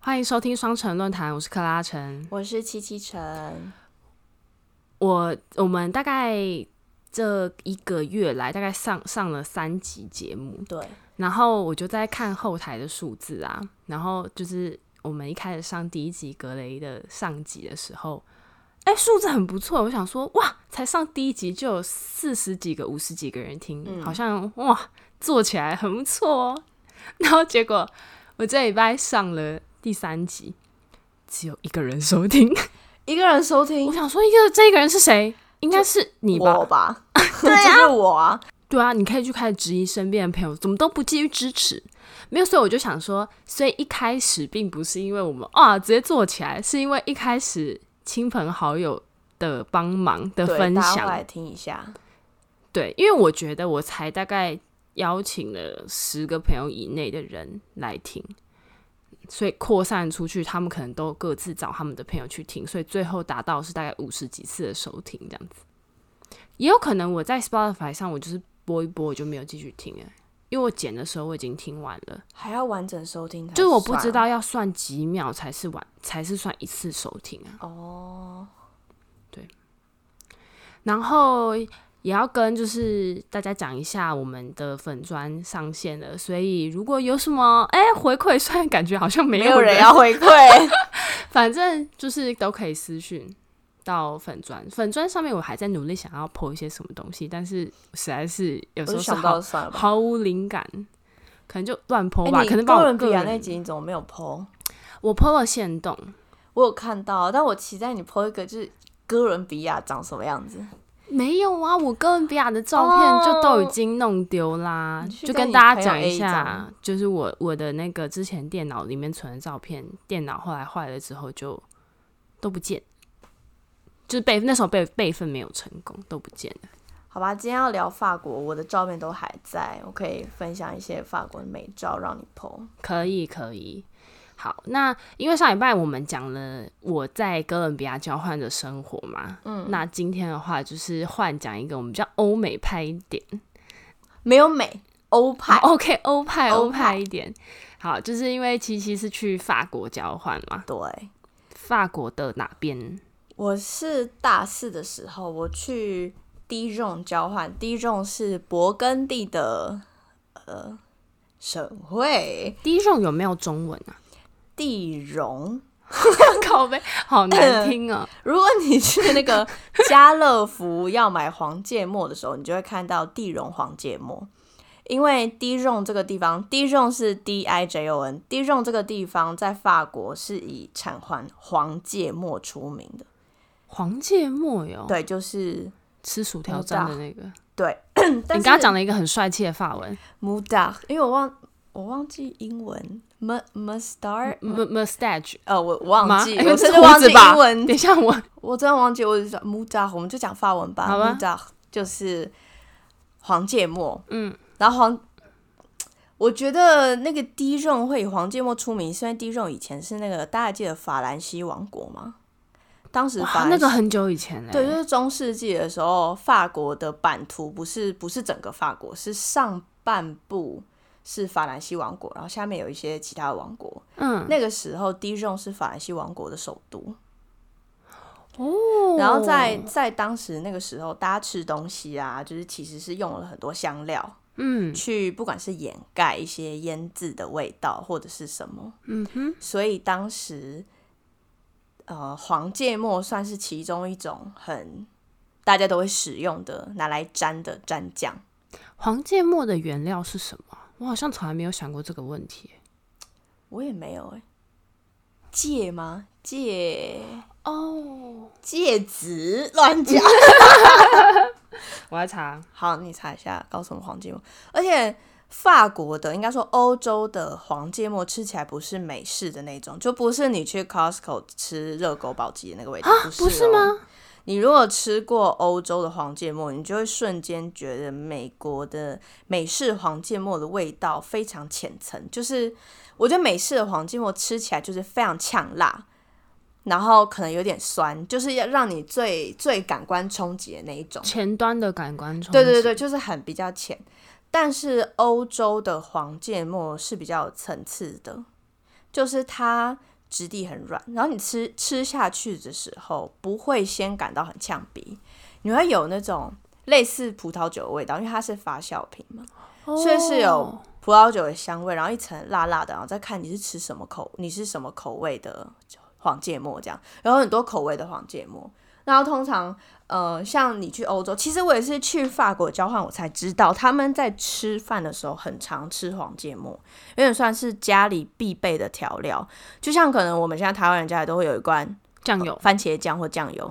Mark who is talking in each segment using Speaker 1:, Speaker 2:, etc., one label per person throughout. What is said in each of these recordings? Speaker 1: 欢迎收听双城论坛，我是克拉城。
Speaker 2: 我是七七陈，
Speaker 1: 我我们大概这一个月来，大概上上了三集节目，
Speaker 2: 对，
Speaker 1: 然后我就在看后台的数字啊，然后就是我们一开始上第一集格雷的上集的时候，哎，数字很不错，我想说哇，才上第一集就有四十几个、五十几个人听，好像哇，做起来很不错哦。 然后结果我这礼拜上了第三集，只有一个人收听，
Speaker 2: 一个人收听
Speaker 1: 我想说一个这个人是谁？应该是你吧
Speaker 2: 我？ 吧，对啊，就是我啊，
Speaker 1: 对啊，你可以去开始质疑身边的朋友怎么都不继续支持，没有，所以我就想说，所以一开始并不是因为我们啊直接做起来，是因为一开始亲朋好友的帮忙的
Speaker 2: 对，
Speaker 1: 分
Speaker 2: 大家
Speaker 1: 享
Speaker 2: 会，来听一下，
Speaker 1: 对，因为我觉得我才大概邀请了十个朋友以内的人来听，所以扩散出去，他们可能都各自找他们的朋友去听，所以最后达到是大概五十几次的收听这样子。也有可能我在 Spotify 上，我就是播一播，我就没有继续听了，因为我剪的时候我已经听完了，
Speaker 2: 还要完整收听才
Speaker 1: 就是我不
Speaker 2: 算啊
Speaker 1: 知道要算几秒才是完，才是算一次收听啊。
Speaker 2: 哦，
Speaker 1: 然后也要跟就是大家讲一下我们的粉砖上线了，所以如果有什么哎、回馈，虽然感觉好像没
Speaker 2: 没有
Speaker 1: 人
Speaker 2: 人要，回 馈，
Speaker 1: 反正就是都可以私讯到粉砖。粉砖上面我还在努力想要 po 一些什么东西，但是实在是有
Speaker 2: 我
Speaker 1: 时
Speaker 2: 就
Speaker 1: 候是
Speaker 2: 想
Speaker 1: 毫
Speaker 2: 到算了吧。
Speaker 1: 毫无灵感，可能就乱 po 吧，
Speaker 2: 哎，
Speaker 1: 可
Speaker 2: 你
Speaker 1: 能把
Speaker 2: 哥
Speaker 1: 我
Speaker 2: 伦
Speaker 1: 个
Speaker 2: 比亚那
Speaker 1: 人
Speaker 2: 集你怎么没有 PO？
Speaker 1: 我 po 了线动，
Speaker 2: 我有看到，啊但我期待你 PO 一个就是哥伦比亚长什么样子，
Speaker 1: 没有啊，我哥伦比亚的照片就都已
Speaker 2: 哦
Speaker 1: 经弄丢啦。
Speaker 2: 你去
Speaker 1: 就
Speaker 2: 跟
Speaker 1: 跟
Speaker 2: 你
Speaker 1: 大家
Speaker 2: 朋友
Speaker 1: 讲一
Speaker 2: A
Speaker 1: 下
Speaker 2: 张，
Speaker 1: 就是我我的那个之前电脑里面存的照片，电脑后来坏了之后就都不见，就是备那时候备备份没有成功，都不见了。
Speaker 2: 好吧？今天要聊法国，我的照片都还在，我可以分享一些法国的美照让你 PO。
Speaker 1: 可以可以，好，那因为上礼拜我们讲了我在哥伦比亚交换的生活嘛，嗯，那今天的话就是换讲一个我们比较欧美派一点。
Speaker 2: 没有美，欧派，
Speaker 1: o k 欧派
Speaker 2: 欧
Speaker 1: 欧派一点。好，就是因为七七是去法国交换嘛，
Speaker 2: 对。
Speaker 1: 法国的哪边？
Speaker 2: 我是大四的时候，我去 Dijon 交换，Dijon 是勃艮第的呃省会，
Speaker 1: 第一种有没有中文 啊？
Speaker 2: 地荣。
Speaker 1: 靠背， 好难听哦、
Speaker 2: 如果你去那个家乐福要买黄芥末的时候，你就会看到地荣黄芥末，因为 Dijon 这个地方，Dijon 是 D I J O N，Dijon 这个地方在法国是以产黄黄芥末出名的，
Speaker 1: 黄芥末哟，
Speaker 2: 对，就是
Speaker 1: 吃薯条蘸的那个。
Speaker 2: 对。 你
Speaker 1: 你刚刚讲了一个很帅气的法文
Speaker 2: Mudar，因为我忘我忘记英文 m mustar，
Speaker 1: ，m mustache
Speaker 2: 呃，我忘
Speaker 1: 吗？
Speaker 2: 记，
Speaker 1: 哎
Speaker 2: 我
Speaker 1: 是
Speaker 2: 真的
Speaker 1: 胡
Speaker 2: 忘
Speaker 1: 子
Speaker 2: 记
Speaker 1: 吧？
Speaker 2: 英文
Speaker 1: 等，一下我，
Speaker 2: 我真的忘记，我就讲 Mudar，我们就讲法文吧
Speaker 1: 好吧
Speaker 2: ，Mudar 就是黄芥末，
Speaker 1: 嗯，
Speaker 2: 然后黄。我觉得那个低润会以黄芥末出名，是因为低润以前是那个大家记得法兰西王国吗？当时法
Speaker 1: 哇，
Speaker 2: 兰
Speaker 1: 那
Speaker 2: 西
Speaker 1: 个很久以前欸嘞、
Speaker 2: 对，就是中世纪的时候，法国的版图不是不是整个法国，是上半部是法兰西王国，然后下面有一些其他的王国。
Speaker 1: 嗯，
Speaker 2: 那个时候，d i j o n 是法兰西王国的首都。
Speaker 1: 哦
Speaker 2: 然后在在当时那个时候，大家吃东西啊，就是其实是用了很多香料
Speaker 1: 嗯
Speaker 2: 去，不管是掩盖一些腌制的味道或者是什么。
Speaker 1: 嗯哼，
Speaker 2: 所以当时，呃，黄芥末算是其中一种很大家都会使用的拿来沾的蘸酱，
Speaker 1: 黄芥末的原料是什么？我好像从来没有想过这个问题、
Speaker 2: 我也没有哎、芥吗？芥
Speaker 1: 哦，
Speaker 2: 芥子 乱讲。
Speaker 1: 我要查，
Speaker 2: 好，你查一下，告诉我们黄芥末。而且法国的，应该说欧洲的黄芥末吃起来不是美式的那种，就不是你去 Costco 吃热狗堡鸡的那个味道，不是、
Speaker 1: 啊
Speaker 2: 哦
Speaker 1: 不是吗？
Speaker 2: 你如果吃过欧洲的黄芥末，你就会瞬间觉得美国的美式黄芥末的味道非常浅层，就是我觉得美式的黄芥末吃起来就是非常呛辣，然后可能有点酸，就是要让你最最感官冲击的那一种。
Speaker 1: 前端的感官冲击。
Speaker 2: 对对对，就是很比较浅。但是欧洲的黄芥末是比较有层次的，就是它质地很软，然后你吃吃下去的时候不会先感到很呛鼻，你会有那种类似葡萄酒的味道，因为它是发酵品嘛，所以是有
Speaker 1: 哦
Speaker 2: 葡萄酒的香味，然后一层辣辣的，然后再看你是吃什么口，你是什么口味的黄芥末这样，有很多口味的黄芥末。然后通常，呃，像你去欧洲，其实我也是去法国交换，我才知道他们在吃饭的时候很常吃黄芥末，有点算是家里必备的调料。就像可能我们现在台湾人家里都会有一罐
Speaker 1: 酱油。
Speaker 2: 番茄酱或酱油，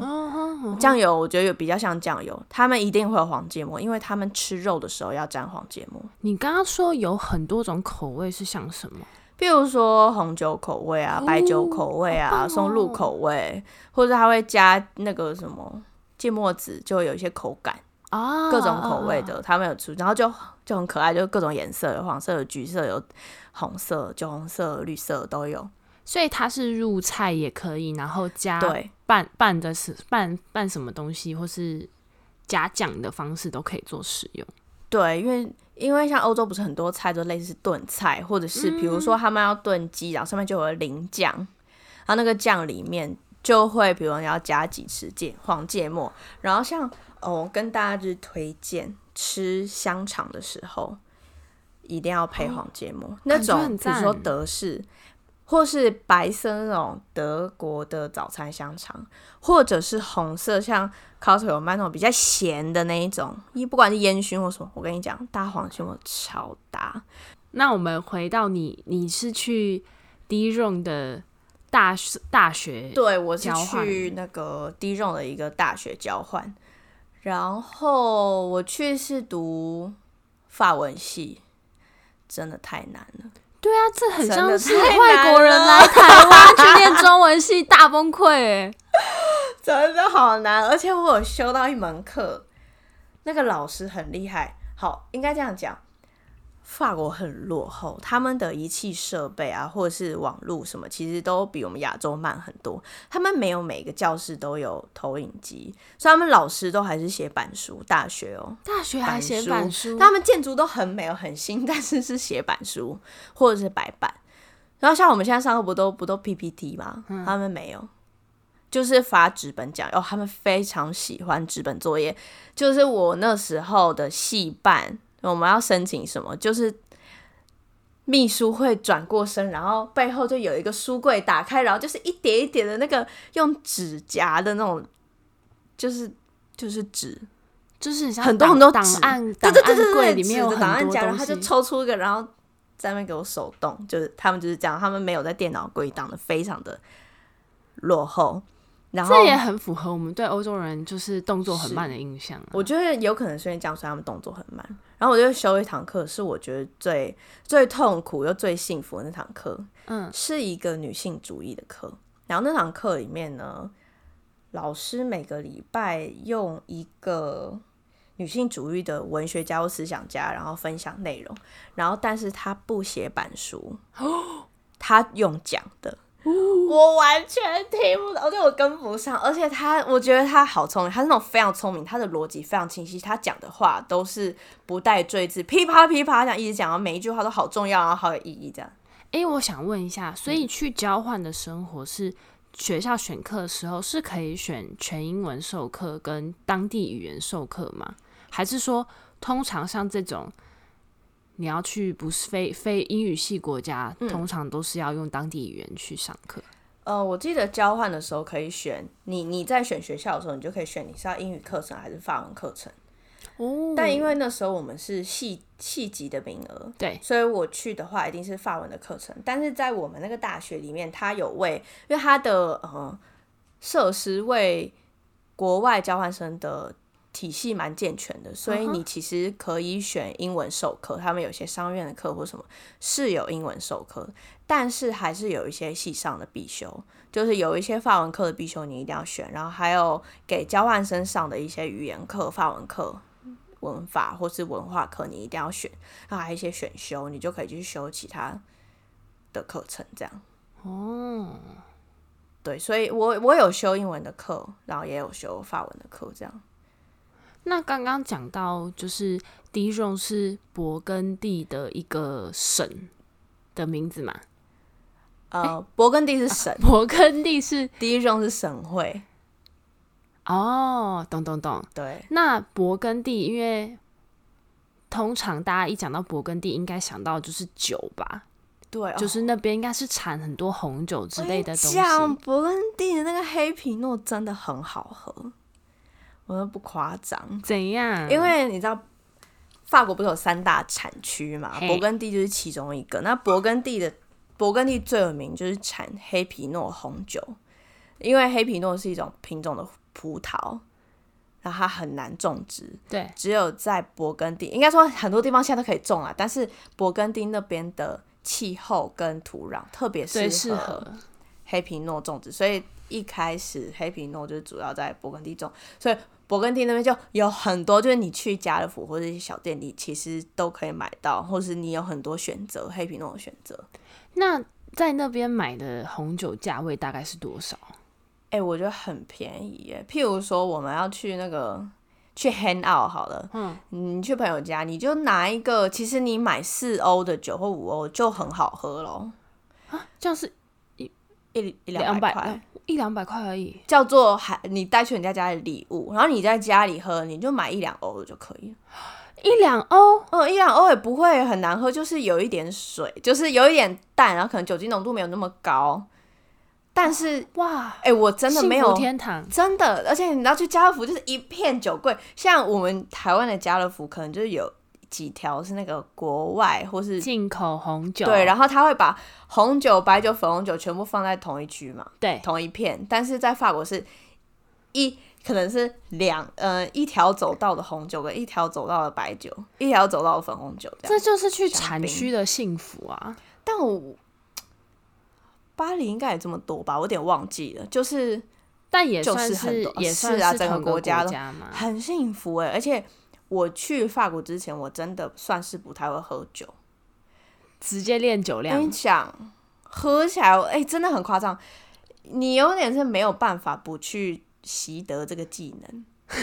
Speaker 2: 酱油我觉得有比较像酱油，他们一定会有黄芥末，因为他们吃肉的时候要沾黄芥末。
Speaker 1: 你刚刚说有很多种口味是像什么？
Speaker 2: 譬如说红酒口味啊、
Speaker 1: 哦
Speaker 2: 白酒口味
Speaker 1: 好
Speaker 2: 啊、
Speaker 1: 棒哦
Speaker 2: 松露口味，或者它会加那个什么芥末籽，就会有一些口感，
Speaker 1: 啊，
Speaker 2: 各种口味的，他们有出，然后就就很可爱，就各种颜色，有黄色、有橘色、有红色、酒红色、绿色都有。
Speaker 1: 所以它是入菜也可以，然后加
Speaker 2: 对
Speaker 1: 拌拌的是拌拌什么东西，或是加酱的方式都可以做使用。
Speaker 2: 对，因为。因为像欧洲不是很多菜都类似炖菜，或者是
Speaker 1: 嗯
Speaker 2: 比如说他们要炖鸡，然后上面就有淋酱，然后那个酱里面就会，比如你要加几匙芥黄芥末，然后像哦，跟大家就是推荐吃香肠的时候一定要配黄芥末，那
Speaker 1: 哦感觉
Speaker 2: 种
Speaker 1: 很
Speaker 2: 比如说
Speaker 1: 赞
Speaker 2: 德式。或是白色那种德国的早餐香肠，或者是红色像 Costco 有卖那种比较咸的那一种，一不管是烟熏或什么，我跟你讲，大黄芥末超搭。
Speaker 1: 那我们回到你，你是去 D r o n 的大学大学
Speaker 2: 对，我是
Speaker 1: 交换
Speaker 2: 去那个 D 用的一个大学交换，然后我去是读法文系，真的太难了。
Speaker 1: 对啊，这很
Speaker 2: 真的
Speaker 1: 像是
Speaker 2: 太难
Speaker 1: 外国人
Speaker 2: 了
Speaker 1: 来台湾去念中文系大崩溃欸。
Speaker 2: 真的好难，而且我有修到一门课，那个老师很厉害。好，应该这样讲，法国很落后，他们的仪器设备啊，或者是网络什么，其实都比我们亚洲慢很多。他们没有每个教室都有投影机，所以他们老师都还是写板书。大学哦、
Speaker 1: 大学还写板
Speaker 2: 板
Speaker 1: 书，
Speaker 2: 他们建筑都很美很新， 但是是斜板书或者是白板。然后像我们现在上课不都不都 PPT 吗？他们没有，就是发纸本讲。哦，他们非常喜欢纸本作业。就是我那时候的戏办，我们要申请什么，就是秘书会转过身，然后背后就有一个书柜打开，然后就是一叠一叠的那个用指夹的那种，就是就是纸，
Speaker 1: 就是像
Speaker 2: 很多
Speaker 1: 档
Speaker 2: 很多
Speaker 1: 档
Speaker 2: 纸
Speaker 1: 案，
Speaker 2: 对
Speaker 1: 档
Speaker 2: 对对
Speaker 1: 案
Speaker 2: 对
Speaker 1: 柜
Speaker 2: 对，
Speaker 1: 里面
Speaker 2: 纸
Speaker 1: 有
Speaker 2: 的
Speaker 1: 很
Speaker 2: 档案
Speaker 1: 多
Speaker 2: 夹，然后
Speaker 1: 东
Speaker 2: 他
Speaker 1: 西。
Speaker 2: 就抽出一个，然后在那边给我手动，就是他们就是这样，他们没有在电脑归档的，非常的落后。然后
Speaker 1: 这也很符合我们对欧洲人就是动作很慢的印象、啊。
Speaker 2: 我觉得有可能是因为这样，所以他们动作很慢。然后我就修一堂课，是我觉得最最痛苦又最幸福的那堂课，
Speaker 1: 嗯，
Speaker 2: 是一个女性主义的课。然后那堂课里面呢，老师每个礼拜用一个女性主义的文学家或思想家，然后分享内容。然后，但是他不写板书，他用讲的。我完全听不懂，而且我跟不上，而且他，我觉得他好聪明，他是那种非常聪明，他的逻辑非常清晰，他讲的话都是不带赘字，噼啪噼啪这样一直讲，然后每一句话都好重要，然后好有意义这样。
Speaker 1: 诶，我想问一下，所以去交换的生活是学校选课的时候是可以选全英文授课跟当地语言授课吗？还是说通常像这种你要去不是非非英语系国家，通常都是要用当地语言去上课？
Speaker 2: 呃，我记得交换的时候可以选你，你在选学校的时候，你就可以选你是要英语课程还是法文课程。
Speaker 1: 哦
Speaker 2: 但因为那时候我们是系系级的名额，
Speaker 1: 对
Speaker 2: 所以我去的话一定是法文的课程。但是在我们那个大学里面，它有为，因为它的呃设施为国外交换生的体系蛮健全的，所以
Speaker 1: 嗯哼
Speaker 2: 你其实可以选英文授课。他们有些商院的课或什么是有英文授课，但是还是有一些系上的必修，就是有一些法文课的必修你一定要选，然后还有给交换生上的一些语言课、法文课。文法或是文化课，你一定要选，然后还有一些选修，你就可以去修其他的课程，这样。
Speaker 1: 哦，
Speaker 2: 对，所以我我有修英文的课，然后也有修法文的课，这样。
Speaker 1: 那刚刚讲到就是迪荣是勃艮第的一个省的名字嘛？
Speaker 2: 呃，勃艮第是省，
Speaker 1: 勃艮第是
Speaker 2: 第 Dijon 是省会，
Speaker 1: 哦，懂懂懂。
Speaker 2: 对，
Speaker 1: 那勃艮第，因为通常大家一讲到勃艮第，应该想到就是酒吧，
Speaker 2: 对，哦
Speaker 1: 就是那边应该是产很多红酒之类的东西。
Speaker 2: 像勃艮第的那个黑皮诺真的很好喝，我都不夸张，
Speaker 1: 怎样？
Speaker 2: 因为你知道。法国不是有三大产区嘛？
Speaker 1: 嘿
Speaker 2: 勃艮第就是其中一个。那勃艮第的勃艮第最有名就是产黑皮诺红酒，因为黑皮诺是一种品种的葡萄，然后它很难种植，
Speaker 1: 对
Speaker 2: 只有在勃艮第，应该说很多地方现在都可以种啊，但是勃艮第那边的气候跟土壤特别
Speaker 1: 最适
Speaker 2: 合
Speaker 1: 合
Speaker 2: 黑皮诺种植，所以一开始黑皮诺就是主要在勃艮第种，所以勃艮第那边就有很多，就是你去家乐福或者一些小店里，其实都可以买到，或是你有很多选择黑皮诺的选择。
Speaker 1: 那在那边买的红酒价位大概是多少？
Speaker 2: 哎、我觉得很便宜耶。譬如说，我们要去那个去 hang out 好了，嗯，你去朋友家，你就拿一个，其实你买四欧的酒或五欧就很好喝咯，
Speaker 1: 这样是
Speaker 2: 一一两
Speaker 1: 两
Speaker 2: 百
Speaker 1: 百嗯
Speaker 2: 块，
Speaker 1: 一两百块而已。
Speaker 2: 叫做还你带去人家家的礼物，然后你在家里喝，你就买一两欧的就可以了。
Speaker 1: 一两欧，
Speaker 2: 嗯，一两欧也不会很难喝，就是有一点水，就是有一点淡，然后可能酒精浓度没有那么高，但是。
Speaker 1: 哇，
Speaker 2: 哎、我真的没
Speaker 1: 幸
Speaker 2: 有
Speaker 1: 福天堂，
Speaker 2: 真的，而且你要去家乐福就是一片酒柜，像我们台湾的家乐福可能就是有几条是那个国外或是
Speaker 1: 进口红酒，
Speaker 2: 对，然
Speaker 1: 后
Speaker 2: 后他会把红酒、白酒、粉红酒全部放在同一区嘛，
Speaker 1: 对
Speaker 2: 同一片，但是在法国是一。可能是两呃一条走道的红酒跟一条走道的白酒，一条走道的粉红酒这样。
Speaker 1: 这就是去
Speaker 2: 香
Speaker 1: 产
Speaker 2: 槟
Speaker 1: 区的幸福啊！
Speaker 2: 但我巴黎应该也这么多吧，我有点忘记了。就是
Speaker 1: 但也
Speaker 2: 就
Speaker 1: 算
Speaker 2: 是很多
Speaker 1: 也
Speaker 2: 是
Speaker 1: 算
Speaker 2: 啊
Speaker 1: 是
Speaker 2: 整个
Speaker 1: 同个
Speaker 2: 国家都
Speaker 1: 家嘛。
Speaker 2: 很幸福哎、而且我去法国之前，我真的算是不太会喝酒。
Speaker 1: 直接练酒量，
Speaker 2: 跟你讲，喝起来哎、真的很夸张，你有点是没有办法不去习得这个技能。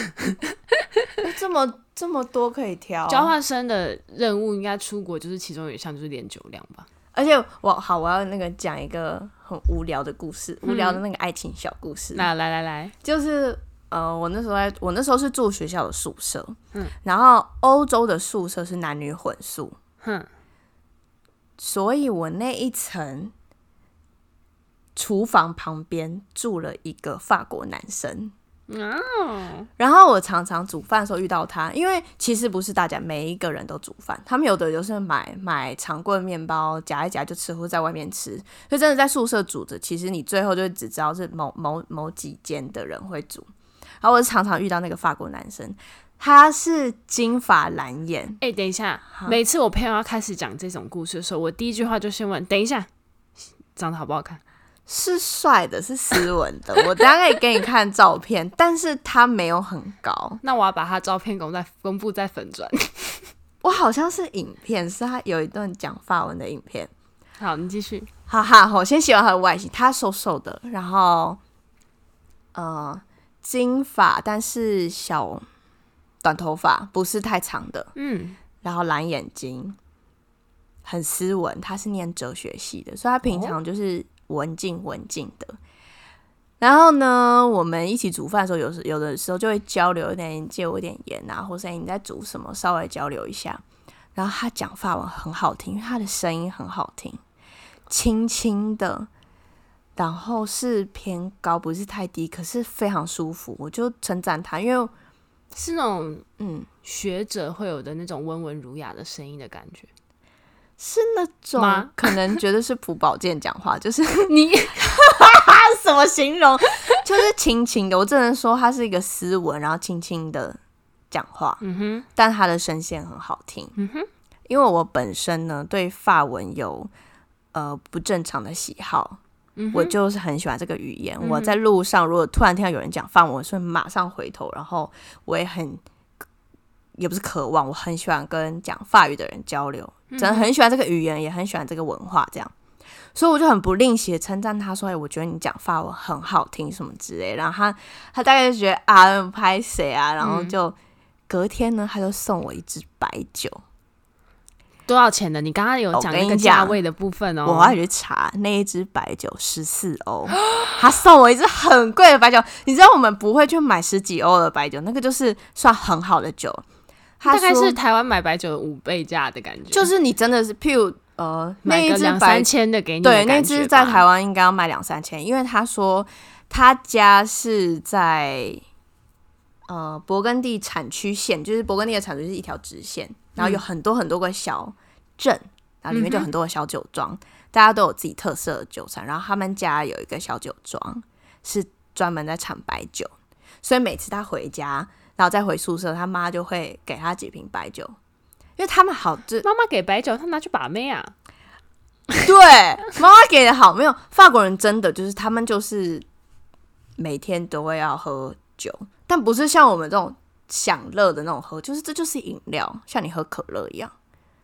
Speaker 2: 这么这么多可以挑，啊
Speaker 1: 交换生的任务应该出国就是其中有一项就是练酒量吧？
Speaker 2: 而且我好，我要那个讲一个很无聊的故事，无聊的那个爱情小故事。
Speaker 1: 那来来来，
Speaker 2: 就是呃，我那时候在我那时候是住学校的宿舍，
Speaker 1: 嗯，
Speaker 2: 然后欧洲的宿舍是男女混宿，
Speaker 1: 哼，
Speaker 2: 所以我那一层厨房旁边住了一个法国男生。然后我常常煮饭的时候遇到他，因为其实不是大家每一个人都煮饭，他们有的就是买买长棍面包夹一夹就吃，或在外面吃。所以真的在宿舍煮的，其实你最后就只知道是某某某几间的人会煮。然后我常常遇到那个法国男生，他是金发蓝眼，
Speaker 1: 哎、等一下，每次我朋友要开始讲这种故事的时候，我第一句话就先问：等一下，长得好不好看？
Speaker 2: 是帅的，是斯文的。我等一下可以给你看照片，但是他没有很高。
Speaker 1: 那我要把他照片公在公布在粉砖。
Speaker 2: 我好像是影片，是他有一段讲法文的影片。
Speaker 1: 好，你继续。
Speaker 2: 哈哈，我先喜欢他的外形，他瘦瘦的，然后呃金发，但是小短头发，不是太长的，
Speaker 1: 嗯，
Speaker 2: 然后蓝眼睛，很斯文。他是念哲学系的，所以他平常就是文静文静的。然后呢，我们一起煮饭的时候，有时有的时候就会交流一点，借我一点盐啊，或者你在煮什么，稍微交流一下。然后他讲法文很好听，因为他的声音很好听，轻轻的，然后是偏高，不是太低，可是非常舒服。我就称赞他，因为
Speaker 1: 是那种
Speaker 2: 嗯，
Speaker 1: 学者会有的那种温文儒雅的声音的感觉。
Speaker 2: 是那种
Speaker 1: 吗
Speaker 2: 可能觉得是朴宝剑讲话，就是
Speaker 1: 你
Speaker 2: 怎么形容？ 就是轻轻的，我只能说他是一个斯文，然后轻轻的讲话，
Speaker 1: 嗯哼，
Speaker 2: 但他的声线很好听。
Speaker 1: 嗯哼，
Speaker 2: 因为我本身呢对法文有呃不正常的喜好，
Speaker 1: 嗯
Speaker 2: 我
Speaker 1: 哼，
Speaker 2: 就是很喜欢这个语言。
Speaker 1: 嗯哼
Speaker 2: 我在路上如果突然听到有人讲法文，我是会马上回头，然后我也很也不是渴望，我很喜欢跟讲法语的人交流，真的很喜欢这个语言，也很喜欢这个文化，这样。所以我就很不吝惜地称赞他说：“哎，我觉得你讲法文很好听，什么之类。”然后他他大概就觉得啊，拍
Speaker 1: 嗯
Speaker 2: 谁啊？然后就、隔天呢，他就送我一支白酒。
Speaker 1: 多少钱的？你刚刚有讲
Speaker 2: 我跟
Speaker 1: 那
Speaker 2: 你
Speaker 1: 个价
Speaker 2: 讲
Speaker 1: 位的部分哦。
Speaker 2: 我还去查那一支白酒十四欧， 他送我一支很贵的白酒。你知道我们不会去买十几欧的白酒，那个就是算很好的酒。他
Speaker 1: 大概
Speaker 2: 说
Speaker 1: 是台湾买白酒的五倍价的感觉，
Speaker 2: 就是你真的是，譬如呃那
Speaker 1: 买
Speaker 2: 一
Speaker 1: 个
Speaker 2: 支
Speaker 1: 两
Speaker 2: 白
Speaker 1: 三千的给你的
Speaker 2: 对，那
Speaker 1: 感觉
Speaker 2: 只在
Speaker 1: 吧
Speaker 2: 台湾应该要卖两三千，因为他说他家是在呃勃艮第产区县，就是勃艮第的产区是一条直线，然后
Speaker 1: 嗯
Speaker 2: 有很多很多个小镇，然后里面就有很多个小酒庄，大家都有自己特色的酒厂，然后他们家有一个小酒庄是专门在产白酒，所以每次他回家，然后再回宿舍，他妈就会给他几瓶白酒。因为他们好，就
Speaker 1: 妈妈给白酒，他拿去把妹啊。
Speaker 2: 对，妈妈给的好，没有法国人真的就是他们就是每天都会要喝酒，但不是像我们这种享乐的那种喝，就是这就是饮料，像你喝可乐一样。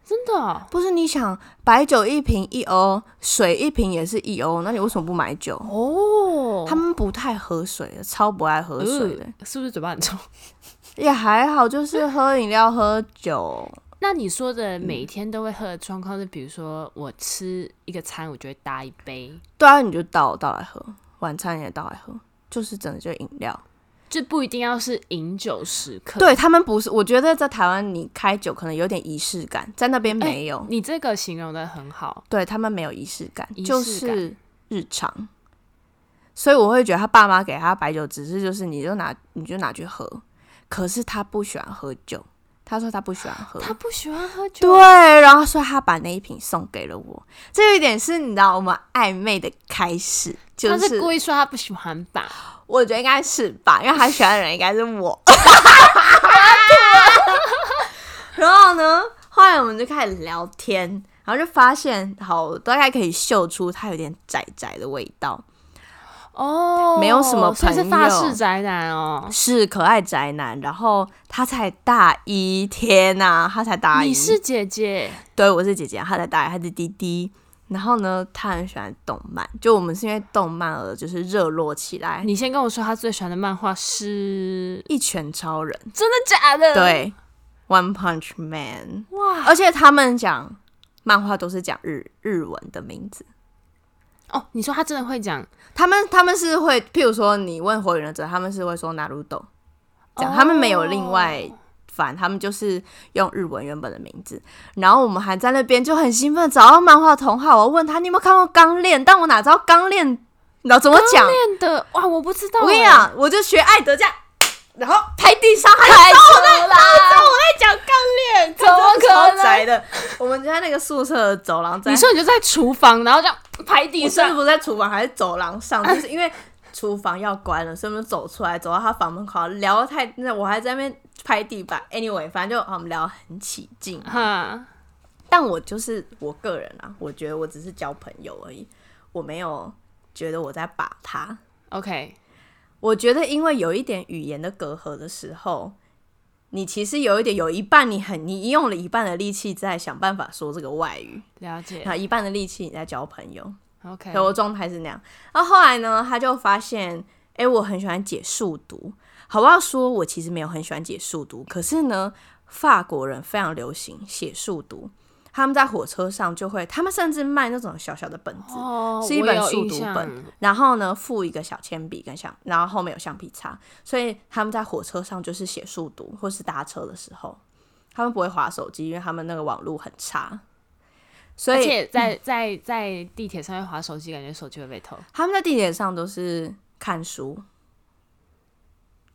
Speaker 1: 真的哦、
Speaker 2: 不是你想白酒一瓶一欧，水一瓶也是一欧，那你为什么不买酒？
Speaker 1: 哦
Speaker 2: 他们不太喝水的，超不爱喝水的，
Speaker 1: 是不是嘴巴 很臭？
Speaker 2: 也还好，就是喝饮料喝酒。
Speaker 1: 那你说的每天都会喝的状况是，比如说我吃一个餐，我就会搭一杯，
Speaker 2: 对啊，你就倒倒来喝，晚餐也倒来喝，就是真的就饮料。
Speaker 1: 就不一定要是饮酒时刻。，
Speaker 2: 对他们不是，我觉得在台湾你开酒可能有点仪式感，在那边
Speaker 1: 哎
Speaker 2: 没有，
Speaker 1: 你这个形容的很好。
Speaker 2: 对他们没有仪式感，
Speaker 1: 仪
Speaker 2: 就
Speaker 1: 式感
Speaker 2: 是日常。所以我会觉得他爸妈给他白酒，只是就是你就拿你就拿去喝，可是他不喜欢喝酒，他说他不喜欢喝，
Speaker 1: 他不喜欢喝酒，啊
Speaker 2: 对，然后所以他把那一瓶送给了我，这有一点是你知道我们暧昧的开始，就
Speaker 1: 他是故意说他不喜欢吧？
Speaker 2: 我觉得应该是吧，因为他喜欢的人应该 是我。然后呢，后来我们就开始聊天，然后就发现，好，我大概可以嗅出他有点宅宅的味道，
Speaker 1: 哦
Speaker 2: 没有什么
Speaker 1: 所以是
Speaker 2: 朋
Speaker 1: 法
Speaker 2: 友
Speaker 1: 式宅男哦。
Speaker 2: 是可爱宅男。然后他才大一，天呐、他才大一，
Speaker 1: 你是姐姐，
Speaker 2: 对，我是姐姐，她在大一，她是弟弟。然后呢，他很喜欢动漫，就我们是因为动漫而就是热络起来，
Speaker 1: 哎你先跟我说他最喜欢的漫画是
Speaker 2: 一拳超人，
Speaker 1: 真的假的？，
Speaker 2: 对，One Punch Man。
Speaker 1: 哇，
Speaker 2: 而且他们讲漫画都是讲日日文的名字，
Speaker 1: 哦，你说他真的会讲
Speaker 2: 他们他们是会，譬如说你问火影忍者，他们是会说 Naruto，这样、他们没有另外
Speaker 1: 哦
Speaker 2: 翻，他们就是用日文原本的名字。然后我们还在那边就很兴奋找到漫画同好，我问他你有没有看过《钢炼》，但我哪知道《钢炼》，你知道怎么
Speaker 1: 练
Speaker 2: 讲？
Speaker 1: 哦的哇，我不知道欸。
Speaker 2: 我跟你讲，我就学爱德这样，然后拍地上，还
Speaker 1: 太
Speaker 2: 走
Speaker 1: 扯了，
Speaker 2: 讲钢炼，
Speaker 1: 怎么
Speaker 2: 真的超
Speaker 1: 可能
Speaker 2: 宅的？我们就在那个宿舍的走廊，在
Speaker 1: 你说你就在厨房，然后这样拍地
Speaker 2: 我甚至
Speaker 1: 上，
Speaker 2: 不在厨房，还是走廊上，就是因为厨房要关了，所以我们走出来，走到他房门口，聊得太，那我还在那边拍地板。Anyway，反正就啊我们聊得很起劲。
Speaker 1: 哈，
Speaker 2: 但我就是我个人啊，我觉得我只是交朋友而已，我没有觉得我在把他。
Speaker 1: OK，
Speaker 2: 我觉得因为有一点语言的隔阂的时候。你其实有一点，有一半你很，你用了一半的力气在想办法说这个外语，
Speaker 1: 了解
Speaker 2: 然后一半的力气你在交朋友。
Speaker 1: ，OK，
Speaker 2: 对，我状态是那样。然后后来呢，他就发现，诶，我很喜欢解数独。好不好说，我其实没有很喜欢解数独，可是呢，法国人非常流行写数独，他们在火车上就会，他们甚至卖那种小小的本子，
Speaker 1: 哦
Speaker 2: 是一本
Speaker 1: 我有
Speaker 2: 速
Speaker 1: 印
Speaker 2: 读
Speaker 1: 象
Speaker 2: 本然后呢附一个小铅笔跟橡，然后后面有橡皮擦，所以他们在火车上就是写数独，或是搭车的时候，他们不会划手机，因为他们那个网络很差。所
Speaker 1: 而
Speaker 2: 以嗯
Speaker 1: 且在在在地铁上面划手机，感觉手机会被偷，
Speaker 2: 他们在地铁上都是看书，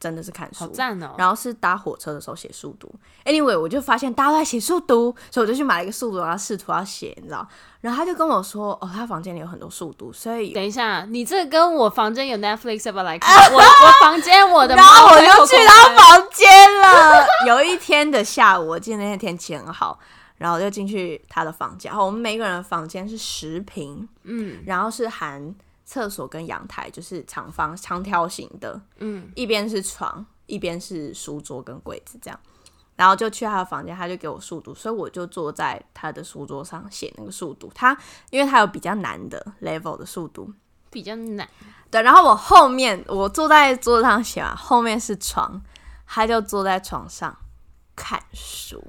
Speaker 2: 真的是看
Speaker 1: 好
Speaker 2: 书。
Speaker 1: 赞哦！
Speaker 2: 然后是搭火车的时候写速读，anyway，我就发现大家都在写速读，所以我就去买了一个速读，然后试图要写，你知道？然后他就跟我说，哦，他房间里有很多速读，所以
Speaker 1: 等一下，你这跟我房间有 Netflix 要不要来 看？我我房间我的猫
Speaker 2: 然后我
Speaker 1: 会后
Speaker 2: 就去
Speaker 1: 空
Speaker 2: 他
Speaker 1: 翻
Speaker 2: 房间了。 有一天的下午，我记得那天天气很好，然后我就进去他的房间。然后我们每个人的房间是十平，嗯，然后是含厕所跟阳台，就是长方长条形的，嗯，一边是床，一边是书桌跟柜子这样。然后就去他的房间，他就给我速读，所以我就坐在他的书桌上写那个速读。他因为他有比较难的 level 的速读，
Speaker 1: 比较难，
Speaker 2: 对，然后我后面我坐在桌子上写啊完，后面是床，他就坐在床上看书。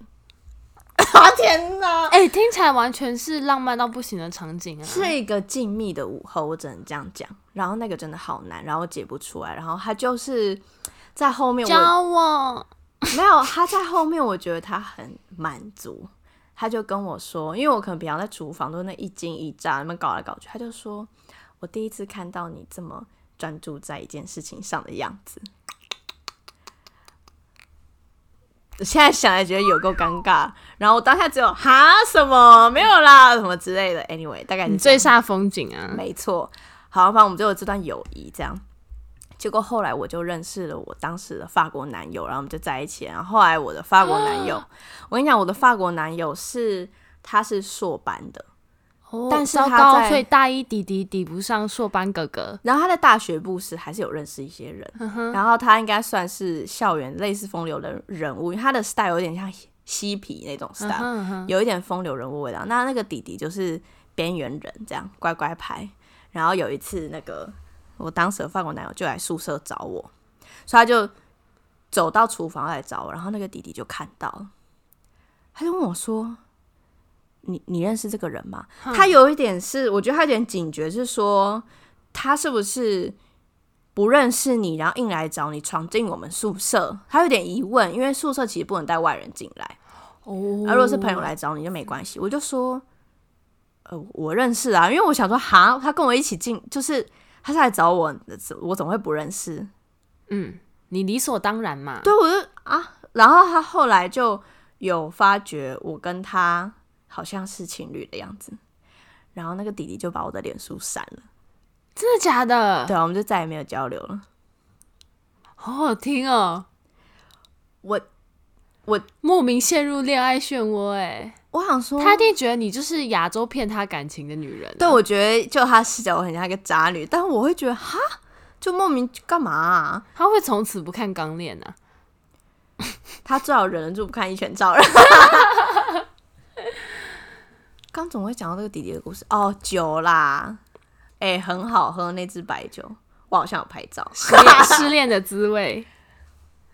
Speaker 2: 啊天哪！
Speaker 1: 哎、听起来完全是浪漫到不行的场景啊！
Speaker 2: 是一个静谧的午后，我只能这样讲。然后那个真的好难，然后我解不出来。然后他就是在后面我，
Speaker 1: 教我，
Speaker 2: 没有他在后面，我觉得他很满足。他就跟我说，因为我可能平常在厨房都是那一惊一乍，那么搞来搞去。他就说，我第一次看到你这么专注在一件事情上的样子。我现在想来觉得有够尴尬，然后我当下只有哈什么没有啦什么之类的。Anyway，大概是
Speaker 1: 你
Speaker 2: 这
Speaker 1: 最
Speaker 2: 样
Speaker 1: 煞风景啊！
Speaker 2: 没错，好，反正我们就有这段友谊这样。结果后来我就认识了我当时的法国男友，然后我们就在一起。然后后来我的法国男
Speaker 1: 啊
Speaker 2: 友，我跟你讲，我的法国男友是他是硕班的，
Speaker 1: 哦
Speaker 2: 但是
Speaker 1: 糟
Speaker 2: 他
Speaker 1: 糕，
Speaker 2: 在
Speaker 1: 所以大一弟弟抵不上硕班哥哥。
Speaker 2: 然后他在大学部是还是有认识一些人，
Speaker 1: 嗯
Speaker 2: 然后他应该算是校园类似风流的人物，因为他的 style 有点像嬉皮那种 style，、
Speaker 1: 嗯哼，
Speaker 2: 有一点风流人物味道。那那个弟弟就是边缘人，这样乖乖牌。然后有一次，那个我当时的法国男友就来宿舍找我，所以他就走到厨房来找我，然后那个弟弟就看到了，他就问我说：“你你认识这个人吗？”他有一点是，我觉得他有点警觉，是说他是不是不认识你，然后硬来找你，闯进我们宿舍，他有点疑问，因为宿舍其实不能带外人进来。
Speaker 1: 哦
Speaker 2: 啊，如果是朋友来找你就没关系。我就说，呃，我认识啊，因为我想说，哈，他跟我一起进，就是他是来找我，我怎么会不认识？
Speaker 1: 嗯，你理所当然嘛。
Speaker 2: 对，我就啊，然后他后来就有发觉我跟他好像是情侣的样子，然后那个弟弟就把我的脸书删了，
Speaker 1: 真的假的？
Speaker 2: 对啊，我们就再也没有交流了。
Speaker 1: 好好听哦，
Speaker 2: 我
Speaker 1: 莫名陷入恋爱漩涡哎。
Speaker 2: 我想说，
Speaker 1: 他一定觉得你就是亚洲骗他感情的女人、
Speaker 2: 对，我觉得就他视角，我很像一个渣女，但我会觉得哈，就莫名干嘛、啊？
Speaker 1: 他会从此不看钢链啊。
Speaker 2: 他最好忍得住不看一拳超人。 刚总会讲到这个弟弟的故事哦，酒啦，哎、很好喝那支白酒，我好像有拍照，
Speaker 1: 失
Speaker 2: 啊
Speaker 1: 恋失恋的滋味。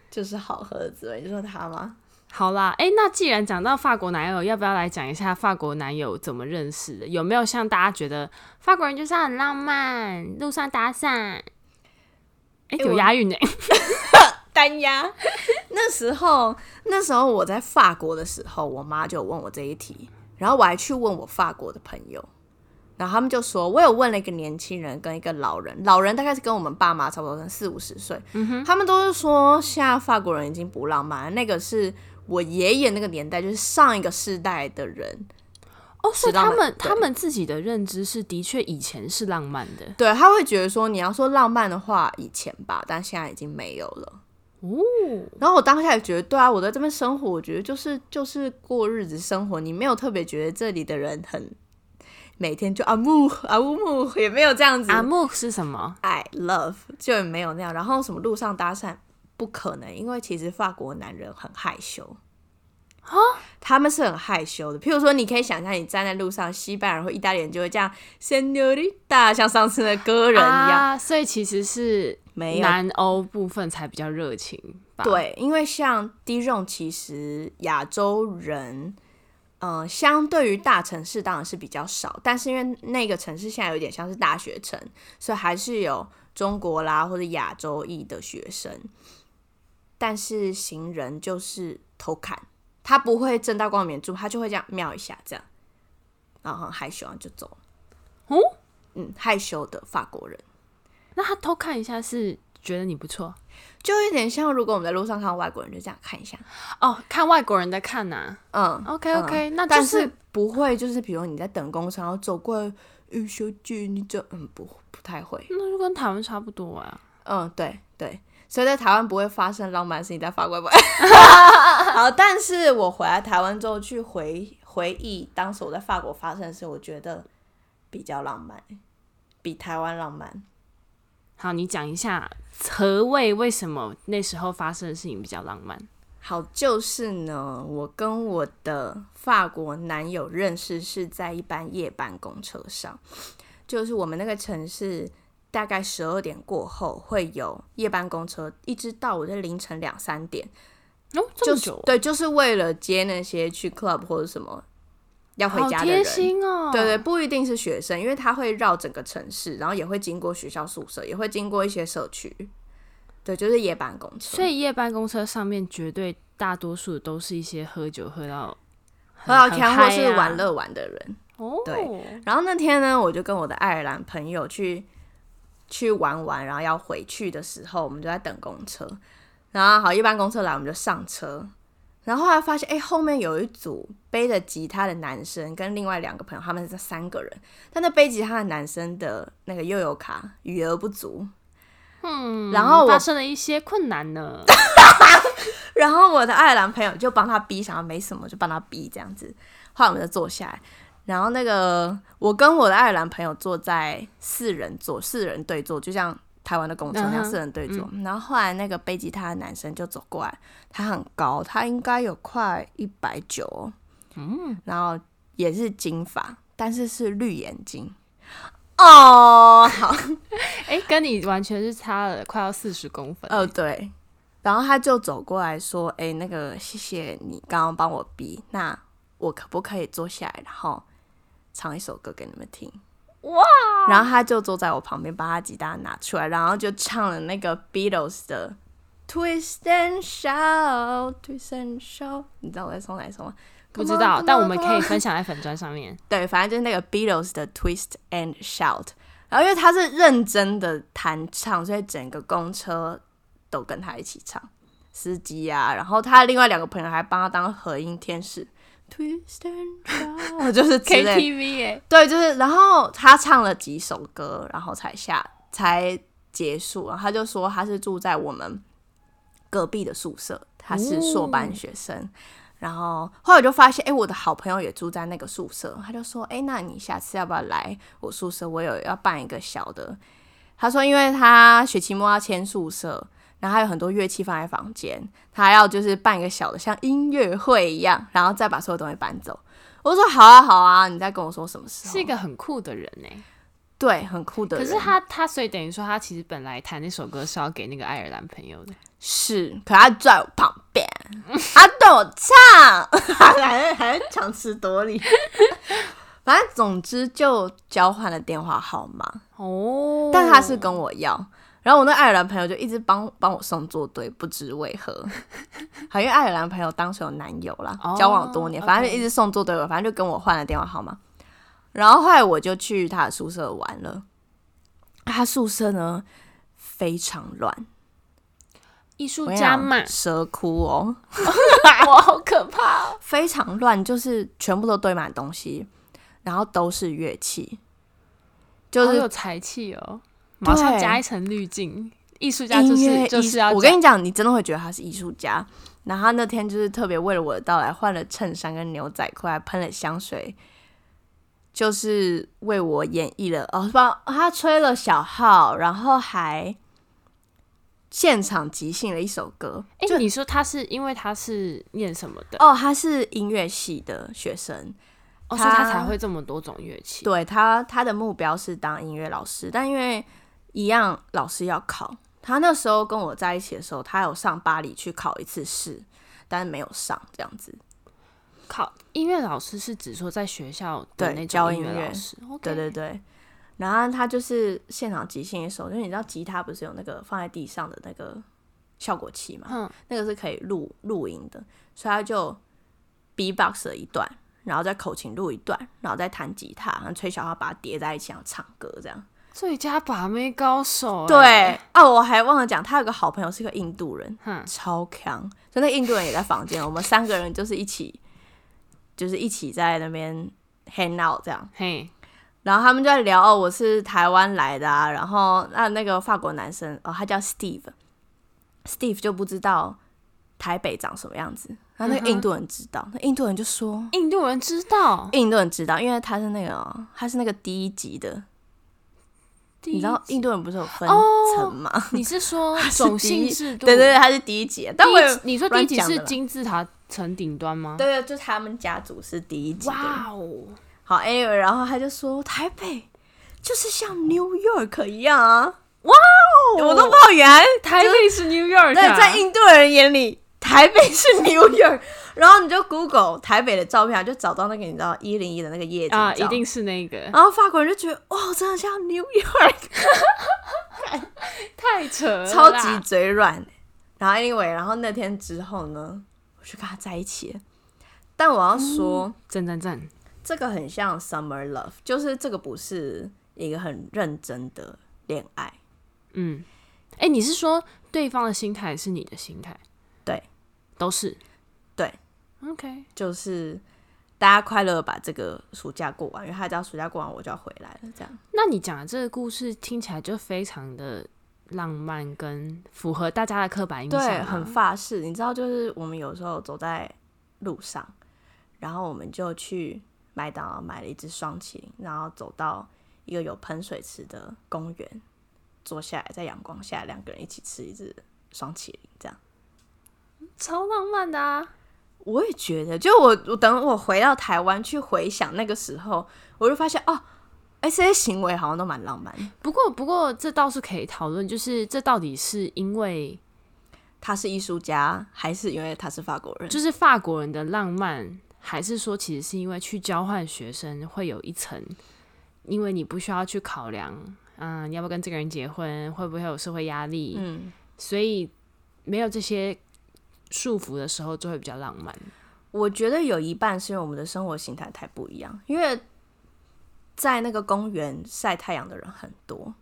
Speaker 2: 就是好喝的滋味。你说他吗？
Speaker 1: 好啦，哎、那既然讲到法国男友，要不要来讲一下法国男友怎么认识的？有没有像大家觉得法国人就是很浪漫，路上搭讪？哎、
Speaker 2: 诶
Speaker 1: 有
Speaker 2: 我
Speaker 1: 押韵呢、
Speaker 2: 单压。 那时候，那时候我在法国的时候，我妈就有问我这一题，然后我还去问我法国的朋友，然后他们就说，我有问了一个年轻人跟一个老人，老人大概是跟我们爸妈差不多，可能四五十岁，他们都是说现在法国人已经不浪漫了，那个是我爷爷那个年代，就是上一个世代的人，
Speaker 1: 哦，所以
Speaker 2: 是浪
Speaker 1: 他
Speaker 2: 漫
Speaker 1: 们
Speaker 2: 对
Speaker 1: 他们自己的认知是，的确以前是浪漫的
Speaker 2: 对，他会觉得说你要说浪漫的话，以前吧，但现在已经没有了。
Speaker 1: 哦。
Speaker 2: 然后我当下也觉得，对啊，我在这边生活，我觉得就是就是过日子生活，你没有特别觉得这里的人很每天就啊木啊乌木，也没有这样子。
Speaker 1: 阿木是啊什么？
Speaker 2: I love 就也没有那样。然后什么路上搭讪不可能，因为其实法国男人很害羞他们是很害羞的。譬如说，你可以想象你站在路上，西班牙人或意大利人就会这样 “senorita”，像上次的歌人一样，
Speaker 1: 啊，所以其实是
Speaker 2: 没有
Speaker 1: 南欧部分才比较热情吧？，
Speaker 2: 对，因为像 Dijon，其实亚洲人，嗯、相对于大城市当然是比较少，但是因为那个城市现在有点像是大学城，所以还是有中国啦或者亚洲裔的学生，但是行人就是偷看，他不会正大光明地住，他就会这样瞄一下这样，然后很害羞然后就走了。
Speaker 1: 哦，
Speaker 2: 嗯，害羞的法国人。
Speaker 1: 那他偷看一下是觉得你不错
Speaker 2: 就有点像，如果我们在路上看到外国人，就这样看一下，
Speaker 1: 哦，看外国人的看呐、
Speaker 2: 嗯
Speaker 1: OK OK，、那就
Speaker 2: 但
Speaker 1: 是
Speaker 2: 是不会，就是比如你在等公车，然后走过来，嗯，小姐，你这嗯不不太会，
Speaker 1: 那就跟台湾差不多啊。
Speaker 2: 嗯，对对，所以在台湾不会发生浪漫的事情，在法 国不会。好，但是我回来台湾之后去回回忆当时我在法国发生的事，我觉得比较浪漫，比台湾浪漫。
Speaker 1: 好，你讲一下何谓为什么那时候发生的事情比较浪
Speaker 2: 哦
Speaker 1: 漫？
Speaker 2: 好，就是呢，我跟我的法国男友认识是在一班夜班公车上，就是我们那个城市大概十二点过后会有夜班公车，一直到我在凌晨两三点，
Speaker 1: 哦，这
Speaker 2: 就
Speaker 1: 么
Speaker 2: 是
Speaker 1: 久，
Speaker 2: 对，就是为了接那些去 club 或者什么要回
Speaker 1: 好
Speaker 2: 家的
Speaker 1: 贴
Speaker 2: 人。
Speaker 1: 心哦。
Speaker 2: 对对，，不一定是学生，因为他会绕整个城市，然后也会经过学校宿舍，也会经过一些社区。对，就是夜班公车。
Speaker 1: 所以夜班公车上面绝对大多数都是一些喝酒喝到
Speaker 2: 喝到
Speaker 1: 很
Speaker 2: 天
Speaker 1: 嗨
Speaker 2: 或是
Speaker 1: 啊
Speaker 2: 玩乐玩的人。
Speaker 1: 哦，
Speaker 2: 对然后那天呢，我就跟我的爱尔兰朋友去去玩玩，然后要回去的时候，我们就在等公车。然后好，一般公车来，我们就上车。然后后来发现，哎、后面有一组背着吉他的男生跟另外两个朋友，他们是三个人。但那背吉他的男生的那个悠游卡余额不足，
Speaker 1: 嗯，
Speaker 2: 然后我
Speaker 1: 发生了一些困难 呢。
Speaker 2: 然后我的爱尔兰朋友就帮他逼，想要没什么就帮他逼这样子。后来我们就坐下来，然后那个我跟我的爱尔兰朋友坐在四人座，四人对坐，就像台湾的公车那
Speaker 1: 嗯
Speaker 2: 样
Speaker 1: 哼
Speaker 2: 四人对坐。然后后来那个背吉他的男生就走过来，他很高，他应该有快一百九，嗯，然后也是金发，但是是绿眼睛。哦，好，
Speaker 1: 哎、跟你完全是差了快要四十公分。
Speaker 2: 哦，对。然后他就走过来说：“哎、那个，谢谢你刚刚帮我逼，那我可不可以坐下来，然后唱一首歌给你们听？”
Speaker 1: 哦
Speaker 2: 哇！然后他就坐在我旁边，把他吉他拿出来，然后就唱了那个 Beatles 的 Twist and Shout，Twist and Shout。你知道我在唱哪一首吗？
Speaker 1: 不知道，但我们可以
Speaker 2: Come on, come on, come on
Speaker 1: 分享在粉砖上面。
Speaker 2: 对，反正就是那个 Beatles 的 Twist and Shout。然后因为他是认真的弹唱，所以整个公车都跟他一起唱，司机啊，然后他的另外两个朋友还帮他当和音天使，Twist and Shout，就是 之类的
Speaker 1: KTV 哎、
Speaker 2: 对，就是，然后他唱了几首歌，然后才下才结束。然后他就说他是住在我们隔壁的宿舍，他是硕班学生。然后后来我就发现，哎、我的好朋友也住在那个宿舍。他就说，哎、那你下次要不要来我宿舍？我有要办一个小的。他说，哎因为他学期末要迁宿舍，然后他有很多乐器放在房间，他要就是办一个小的，像音乐会一样，然后再把所有东西搬走。我说好啊好啊，你再跟我说什么时候？
Speaker 1: 是一个很酷的人哎、
Speaker 2: 哦对，很酷的
Speaker 1: 可
Speaker 2: 人。
Speaker 1: 是他他所以等于说他其实本来弹那首歌是要给那个爱尔兰朋友的。
Speaker 2: 是，可他在我旁边，他对我唱， 还还强词夺理。 反正总之就交换了电话号码，
Speaker 1: 哦
Speaker 2: 但他是跟我要。然后我那爱尔兰朋友就一直帮帮我送作对，不知为何。 好，因为爱尔兰朋友当时有男友啦，
Speaker 1: 哦
Speaker 2: 交往多年，
Speaker 1: OK
Speaker 2: 反正就一直送作对我，反正就跟我换了电话号码。然后后来我就去他的宿舍玩了，他宿舍呢非常乱，
Speaker 1: 艺术
Speaker 2: 我跟你
Speaker 1: 家
Speaker 2: 讲，
Speaker 1: 嘛
Speaker 2: 蛇窟哦，
Speaker 1: 哇，好可怕、哦！
Speaker 2: 非常乱，就是全部都堆满东西，然后都是乐器， 就
Speaker 1: 好
Speaker 2: 是
Speaker 1: 有才气哦，马上
Speaker 2: 对
Speaker 1: 加一层滤镜。艺术家就
Speaker 2: 音乐
Speaker 1: 是
Speaker 2: 艺
Speaker 1: 就
Speaker 2: 术。
Speaker 1: 是要
Speaker 2: 我
Speaker 1: 这
Speaker 2: 跟
Speaker 1: 样
Speaker 2: 你讲，你真的会觉得他是艺术家。然后他那天就是特别为了我的到来，换了衬衫跟牛仔裤，还喷了香水，就是为我演绎了哦，帮他吹了小号，然后还现场即兴了一首歌。
Speaker 1: 哎、
Speaker 2: 就
Speaker 1: 你说他是因为他是念什么的，
Speaker 2: 哦，他是音乐系的学生，
Speaker 1: 哦，所以他
Speaker 2: 他
Speaker 1: 才会这么多种乐器。
Speaker 2: 对他，他的目标是当音乐老师，但因为一样老师要考，他那时候跟我在一起的时候，他有上巴黎去考一次试，但是没有上这样子。
Speaker 1: 考音乐老师是指说在学校的
Speaker 2: 对
Speaker 1: 那
Speaker 2: 教
Speaker 1: 种音
Speaker 2: 音
Speaker 1: 乐
Speaker 2: 乐
Speaker 1: 老师。o k
Speaker 2: 对对对，然后他就是现场即兴一首，因为你知道吉他不是有那个放在地上的那个效果器嘛，
Speaker 1: 嗯
Speaker 2: 那个是可以录录音的，所以他就 B-box 了一段，然后再口琴录一段，然后再弹吉他，然后吹小号把它叠在一起，然后唱歌这样。
Speaker 1: 最佳把妹高手、欸
Speaker 2: 对，啊，我还忘了讲，他有个好朋友是个印度人，
Speaker 1: 哦哼，
Speaker 2: 超强，所以那个印度人也在房间，我们三个人就是一起，就是一起在那边 hang out 这样。
Speaker 1: 嘿，
Speaker 2: 然后他们就在聊哦，我是台湾来的啊，然后那那个法国男生哦，他叫 Steve，Steve 就不知道台北长什么样子，然后那
Speaker 1: 嗯
Speaker 2: 个
Speaker 1: 哼
Speaker 2: 印度人知道，那印度人就说，
Speaker 1: 印度人知道，
Speaker 2: 印度人知道，因为他是那个哦他是那个第一级的，你知道印度人不是有
Speaker 1: 哦
Speaker 2: 分层吗？
Speaker 1: 第一你是 说
Speaker 2: 是
Speaker 1: 种
Speaker 2: 第
Speaker 1: 姓
Speaker 2: 一
Speaker 1: 制度？
Speaker 2: 对对对，他是第一集，但我
Speaker 1: 第一
Speaker 2: 也
Speaker 1: 集你说第
Speaker 2: 乱
Speaker 1: 一集
Speaker 2: 讲的
Speaker 1: 是
Speaker 2: 啦
Speaker 1: 金字塔层顶端吗？
Speaker 2: 对对，就他们家族是第一集的。
Speaker 1: 哇哦，
Speaker 2: 好，anyway，然后他就说台北就是像 New York 一样啊，我都不知道原来
Speaker 1: 哦台北是 New York，
Speaker 2: 对
Speaker 1: 啊
Speaker 2: 在印度人眼里，台台北是 New York，然后你就 Google 台北的照片啊，就找到那个你知道一零一的那个夜景
Speaker 1: 啊，
Speaker 2: 照
Speaker 1: 一定是那个，
Speaker 2: 然后法国人就觉得哇，真的像 New York，
Speaker 1: 太扯了啦，
Speaker 2: 超级嘴软。然后 anyway，然后那天之后呢，我就跟他在一起了。但我要说，
Speaker 1: 赞赞赞，
Speaker 2: 这个很像 Summer Love，就是这个不是一个很认真的恋爱。
Speaker 1: 嗯，哎、你是说对方的心态还是你的心态？
Speaker 2: 对，
Speaker 1: 都是
Speaker 2: 对
Speaker 1: ，OK，
Speaker 2: 就是大家快乐地把这个暑假过完，因为他只要暑假过完我就要回来了，这样。
Speaker 1: 那你讲的这个故事听起来就非常的浪漫，跟符合大家的刻板印象啊、
Speaker 2: 对，很法式。你知道，就是我们有时候走在路上，然后我们就去麦当劳买了一只双麒麟，然后走到一个有喷水池的公园，坐下来在阳光下，两个人一起吃一只双麒麟，这样。
Speaker 1: 超浪漫的啊！
Speaker 2: 我也觉得，就我我等我回到台湾去回想那个时候，我就发现哦，哎、这些行为好像都蛮浪漫的。
Speaker 1: 不过，不过这倒是可以讨论，就是这到底是因为
Speaker 2: 他是艺术家，还是因为他是法国人？
Speaker 1: 就是法国人的浪漫，还是说其实是因为去交换学生会有一层，因为你不需要去考量，嗯，你要不要跟这个人结婚，会不会有社会压力，
Speaker 2: 嗯，
Speaker 1: 所以没有这些束缚的时候，就会比较浪漫。
Speaker 2: 我觉得有一半是因为我们的生活形态太不一样，因为在那个公园晒太阳的人很多，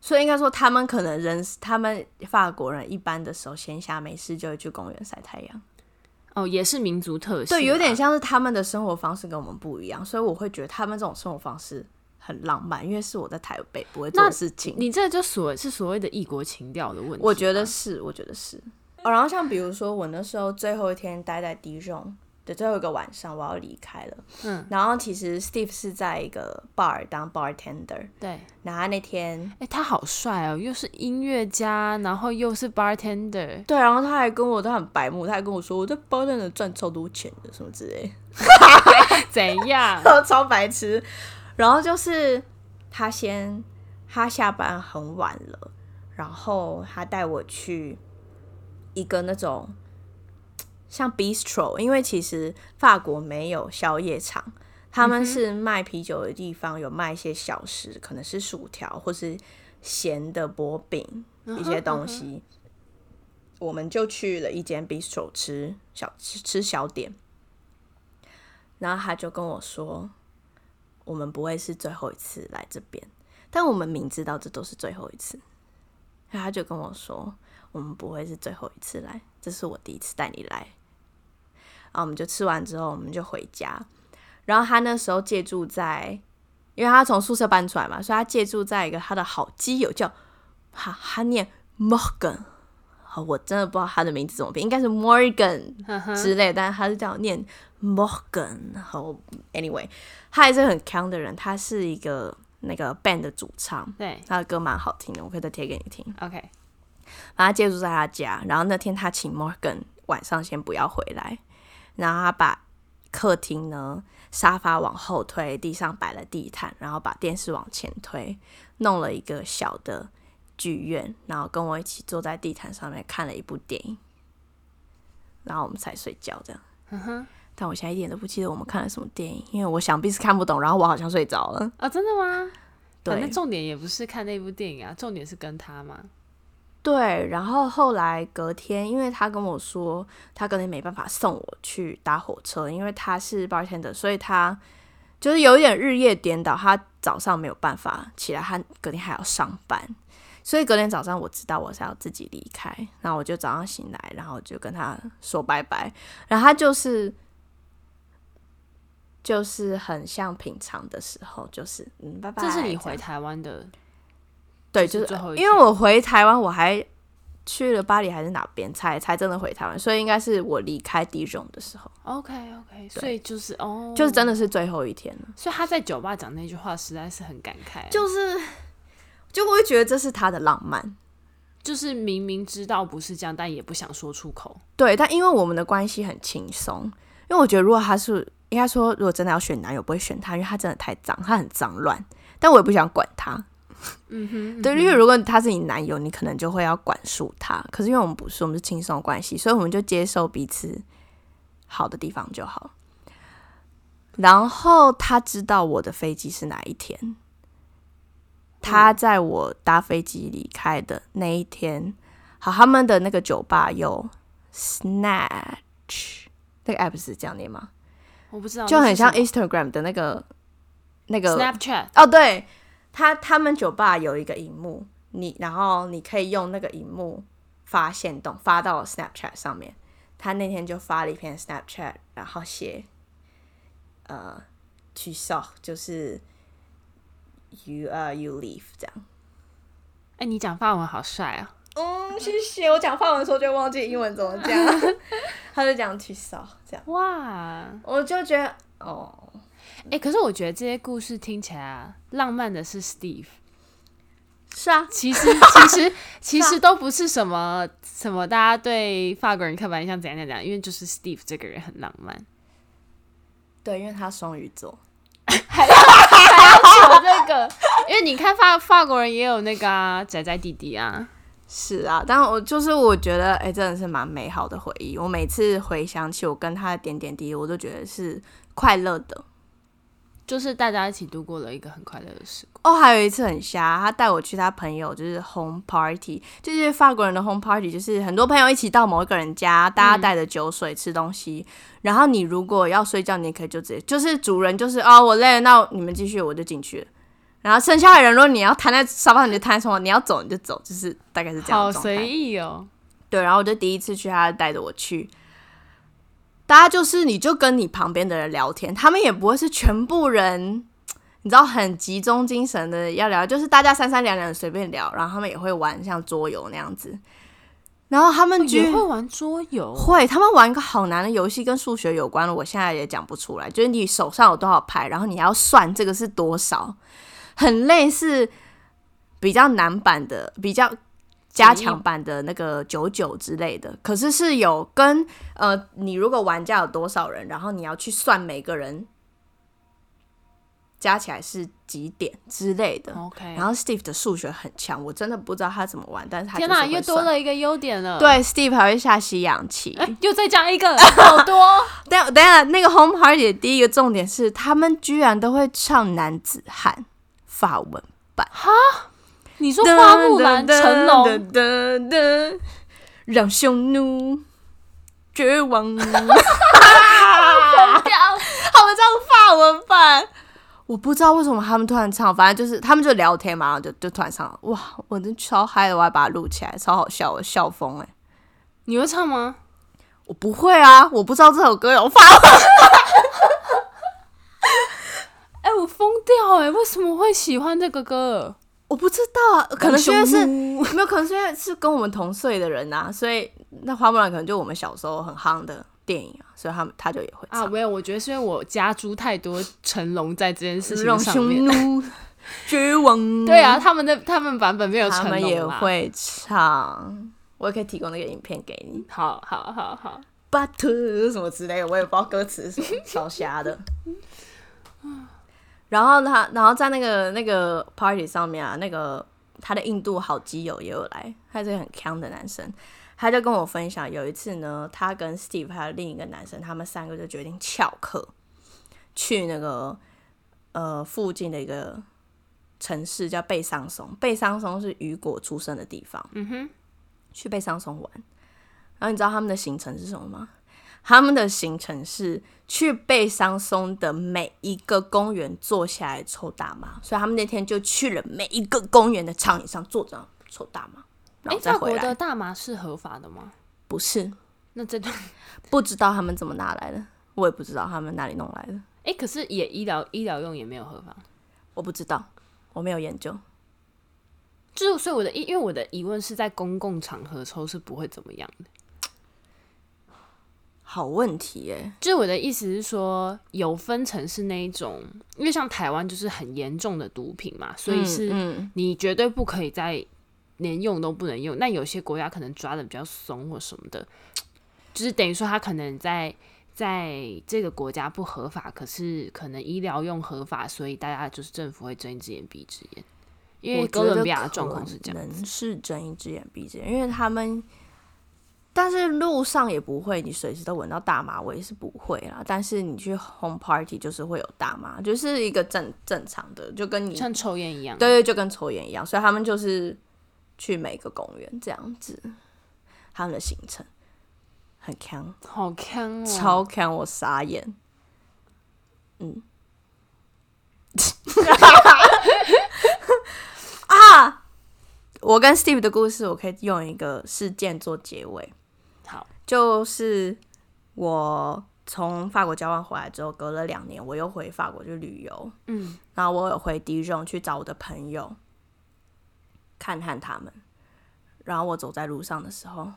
Speaker 2: 所以应该说他们可能人，他们法国人一般的时候闲暇没事就会去公园晒太阳，
Speaker 1: 哦，也是民族特性啊，
Speaker 2: 对，有点像是他们的生活方式跟我们不一样，所以我会觉得他们这种生活方式很浪漫，因为是我在台北不会做的事情。
Speaker 1: 你这就所是所谓的异国情调的问题吧。
Speaker 2: 我觉得是，我觉得是。哦，然后像比如说，我那时候最后一天待在 Dijon 的最后一个晚上，我要离开了。
Speaker 1: 嗯，
Speaker 2: 然后其实 Steve 是在一个 bar 当 bartender，
Speaker 1: 对。
Speaker 2: 然后他那天
Speaker 1: 哎、他好帅哦，又是音乐家，然后又是 bartender，
Speaker 2: 对，然后他还跟我，他很白目，他还跟我说我在 bartender 赚超多钱的什么之类的
Speaker 1: 怎样？
Speaker 2: 然后超白痴。然后就是他先，他下班很晚了，然后他带我去一个那种像 bistro，因为其实法国没有宵夜场，他们是卖啤酒的地方有卖一些小食，可能是薯条或是咸的薄饼一些东西。我们就去了一间 bistro 吃小吃吃小点，然后他就跟我说，我们不会是最后一次来这边，但我们明知道这都是最后一次，然后他就跟我说，我们不会是最后一次来，这是我第一次带你来。然后我们就吃完之后，我们就回家。然后他那时候借住在，因为他从宿舍搬出来嘛，所以他借住在一个他的好基友叫他，他念 Morgan，好，我真的不知道他的名字怎么拼，应该是 Morgan
Speaker 1: 嗯哼
Speaker 2: 之类，但是他是叫我念 Morgan。然后 anyway，他还是很强的人，他是一个那个 band 的主唱，
Speaker 1: 对
Speaker 2: 他的歌蛮好听的，我可以再贴给你听。
Speaker 1: ，OK，
Speaker 2: 把他借住在他家，然后那天他请 Morgan 晚上先不要回来，然后他把客厅呢沙发往后推，地上摆了地毯，然后把电视往前推，弄了一个小的剧院，然后跟我一起坐在地毯上面看了一部电影，然后我们才睡觉这样。
Speaker 1: 嗯哼，
Speaker 2: 但我现在一点都不记得我们看了什么电影，因为我想必是看不懂，然后我好像睡着了。
Speaker 1: 哦，真的吗？反
Speaker 2: 对
Speaker 1: 正重点也不是看那部电影啊，重点是跟他嘛。
Speaker 2: 对，然后后来隔天，因为他跟我说他隔天没办法送我去搭火车，因为他是 bartender，所以他就是有一点日夜颠倒，他早上没有办法起来，他隔天还要上班，所以隔天早上我知道我是要自己离开，然后我就早上醒来，然后就跟他说拜拜，然后他就是就是很像平常的时候，就是嗯拜拜，
Speaker 1: 这是你回
Speaker 2: 样
Speaker 1: 台湾的，
Speaker 2: 对，
Speaker 1: 就
Speaker 2: 就是是
Speaker 1: 最后一
Speaker 2: 因为我回台湾，我还去了巴黎还是哪边，才才真的回台湾，所以应该是我离开迪荣的时候，
Speaker 1: OK OK，所以就是哦，
Speaker 2: 就是真的是最后一天了。
Speaker 1: 所以他在酒吧讲那句话实在是很感慨，啊
Speaker 2: 就是，就我会觉得这是他的浪漫，
Speaker 1: 就是明明知道不是这样，但也不想说出口。
Speaker 2: 对。但因为我们的关系很轻松，因为我觉得如果他是应该说，如果真的要选男友，不会选他，因为他真的太脏，他很脏乱。但我也不想管他，
Speaker 1: 嗯哼，
Speaker 2: 对，因为如果他是你男友，你可能就会要管束他。可是因为我们不是，我们是轻松的关系，所以我们就接受彼此好的地方就好。然后他知道我的飞机是哪一天，他在我搭飞机离开的那一天，好，他们的那个酒吧有 Snatch 那个 app 是这样念吗？
Speaker 1: 我不知道，
Speaker 2: 就
Speaker 1: 那是
Speaker 2: 很像
Speaker 1: 什么
Speaker 2: Instagram 的那个那个
Speaker 1: Snapchat，
Speaker 2: 哦，对，他他们酒吧有一个荧幕，你然后你可以用那个荧幕发现动，发到 Snapchat 上面。他那天就发了一篇 Snapchat，然后写呃 to s o 就是 you 呃、you leave 这样。
Speaker 1: 哎，你讲法文好帅啊！
Speaker 2: 嗯，谢谢。我讲法文的时候就忘记英文怎么 讲，他就讲 to s o 这样，
Speaker 1: 哇，
Speaker 2: 我就觉得哦，
Speaker 1: 哎、可是我觉得这些故事听起来、啊、浪漫的是 Steve，
Speaker 2: 是啊，
Speaker 1: 其实其 实其实都不是什么什么大家对法国人刻板印象怎样怎样怎样，因为就是 Steve 这个人很浪漫，
Speaker 2: 对，因为他双鱼座。
Speaker 1: 还要求这个， 因为你看法法国人也有那个啊仔仔弟弟啊，
Speaker 2: 是啊，但我就是我觉得，哎、真的是蛮美好的回忆。我每次回想起我跟他的点点滴滴，我都觉得是快乐的。
Speaker 1: 就是大家一起度过了一个很快乐的时光。
Speaker 2: 哦，还有一次很瞎，他带我去他朋友就是 home party，就是法国人的 home party，就是很多朋友一起到某一个人家，大家带着酒水吃东西，然后你如果要睡觉，你也可以就直接就是主人就是哦我累了，那你们继续，我就进去了。然后剩下的人，如果你要瘫在沙发上，你就瘫在床上；你要走，你就走，就是大概是这样
Speaker 1: 好
Speaker 2: 的状态。
Speaker 1: 随意哦，
Speaker 2: 对，然后我就第一次去，他带着我去。大家就是，你就跟你旁边的人聊天，他们也不会是全部人，你知道很集中精神的要聊，就是大家三三两两地随便聊，然后他们也会玩像桌游那样子。然后他们居
Speaker 1: 哦也会玩桌游，
Speaker 2: 会，他们玩一个好难的游戏，跟数学有关的，我现在也讲不出来。就是你手上有多少牌，然后你还要算这个是多少，很类似比较难版的、比较加强版的那个九九之类的。可是是有跟呃，你如果玩家有多少人，然后你要去算每个人加起来是几点之类的。
Speaker 1: OK，
Speaker 2: 然后 Steve 的数学很强，我真的不知道他怎么玩，但是他
Speaker 1: 天
Speaker 2: 哪，
Speaker 1: 又多。了一个优点了，，
Speaker 2: 对，Steve 还会下西洋棋。
Speaker 1: 哎、又再加一个，好多哦。
Speaker 2: 但等一下，那个 home party 的第一个重点是，他们居然都会唱男子汉法文，
Speaker 1: 你说花木兰、
Speaker 2: 噔
Speaker 1: 成 龙，
Speaker 2: 噔噔噔，让匈奴绝望。 他们唱法文版，我不知道为什么他们突然唱，反正就是他们就聊天嘛，然后就就突然唱了，哇，我真超嗨的，我还把它录起来，超好笑，我笑疯哎、
Speaker 1: 你会唱吗？
Speaker 2: 我不会啊，我不知道这首歌有法文。
Speaker 1: 哎、我疯掉哎、为什么会喜欢这个歌？
Speaker 2: 我不知道啊，可能是因为是
Speaker 1: 让
Speaker 2: 没有，可能是因为是跟我们同岁的人呐、所以那花木兰可能就我们小时候很夯的电影啊，所以他们他就也会
Speaker 1: 啊，
Speaker 2: 唱。
Speaker 1: 没有，我觉得是因为我加诸太多成龙在这件事情
Speaker 2: 让
Speaker 1: 上面
Speaker 2: 匈。奴绝望，
Speaker 1: 对啊，他们的他们版本没有
Speaker 2: 他
Speaker 1: 成
Speaker 2: 们也
Speaker 1: 龙啊啦。
Speaker 2: 会唱。我也可以提供那个影片给 你
Speaker 1: 好好好好，
Speaker 2: ，but 什么之类的，我也不知道歌词是什么，超瞎的。 然后他，然后在那个那个 party 上面啊，那个他的印度好基友也有来，他是一个很强的男生，他就跟我分享，有一次呢，他跟 Steve 还有另一个男生，他们三个就决定翘课去那个呃附近的一个城市叫贝桑松，贝桑松是雨果出生的地方，嗯哼，去贝桑松玩。然后你知道他们的行程是什么吗？他们的行程是去贝桑松的每一个公园坐下来抽大麻，所以他们那天就去了每一个公园的长椅上坐着抽大麻，然
Speaker 1: 哎、
Speaker 2: 后再
Speaker 1: 法
Speaker 2: 回
Speaker 1: 国
Speaker 2: 来。
Speaker 1: 的大麻是合法的吗？
Speaker 2: 不是，
Speaker 1: 那这段
Speaker 2: 不知道他们怎么拿来的，我也不知道他们哪里弄来的，
Speaker 1: 哎、可是也医疗医疗用也没有合法。
Speaker 2: 我不知道，我没有研究。
Speaker 1: 就是，所以我的疑，因为我的疑问是在公共场合抽是不会怎么样的。
Speaker 2: 好问题耶，
Speaker 1: 就是我的意思是说，有分成是那一种，因为像台湾就是很严重的毒品嘛，所以是
Speaker 2: 嗯
Speaker 1: 你绝对不可以再连用都不能用。那有些国家可能抓的比较松或什么的，就是等于说他可能在在这个国家不合法，可是可能医疗用合法，所以大家就是政府会睁一只眼闭一只眼。因为
Speaker 2: 我
Speaker 1: 哥
Speaker 2: 觉
Speaker 1: 伦
Speaker 2: 得
Speaker 1: 比亚的
Speaker 2: 可
Speaker 1: 状况是这样子
Speaker 2: 能。是睁一只眼闭一只眼，因为他们，但是路上也不会，你随时都闻到大麻味是不会啦。但是你去 home party 就是会有大麻，就是一个正正常的，就跟你
Speaker 1: 像抽烟一样，
Speaker 2: 对对，就跟抽烟一样，所以他们就是去每个公园这样子，他们的行程很强，
Speaker 1: 好看哦，
Speaker 2: 超强，我傻眼。嗯， 啊，我跟 Steve 的故事，我可以用一个事件做结尾，
Speaker 1: 好，
Speaker 2: 就是我从法国交换回来之后，隔了两年，我又回法国去旅游。
Speaker 1: 嗯，
Speaker 2: 然后我有回 Dijon 去找我的朋友，看看他们。然后我走在路上的时候，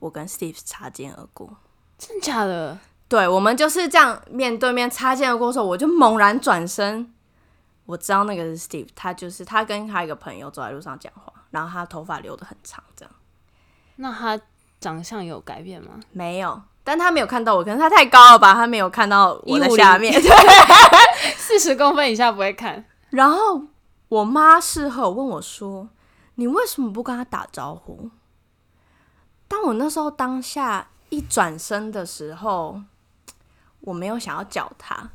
Speaker 2: 我跟 Steve 擦肩而过。
Speaker 1: 真的假的？
Speaker 2: 对，我们就是这样面对面擦肩而过的时候，我就猛然转身。我知道那个是 Steve，他就是他跟他一个朋友走在路上讲话，然后他头发留的很长，这样
Speaker 1: 那他长相有改变吗？
Speaker 2: 没有，但他没有看到我，可能他太高了吧，他没有看到我在
Speaker 1: 150
Speaker 2: 下面。
Speaker 1: 四十公分以下不会看，
Speaker 2: 然后我妈事后问我说：“你为什么不跟他打招呼？”但我那时候当下一转身的时候，我没有想要叫他。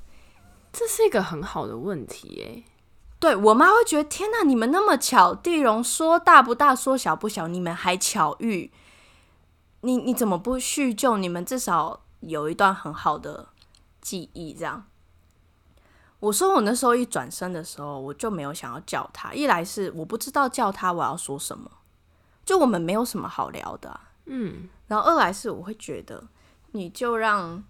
Speaker 1: 这是一个很好的问题诶、
Speaker 2: 对我妈会觉得：“天哪，你们那么巧，地荣说大不大，说小不小，你们还巧遇，你你怎么不叙旧？你们至少有一段很好的记忆。”这样。我说我那时候一转身的时候，我就没有想要叫他。一来是我不知道叫他我要说什么，就我们没有什么好聊的、嗯。然后二来是我会觉得，你就让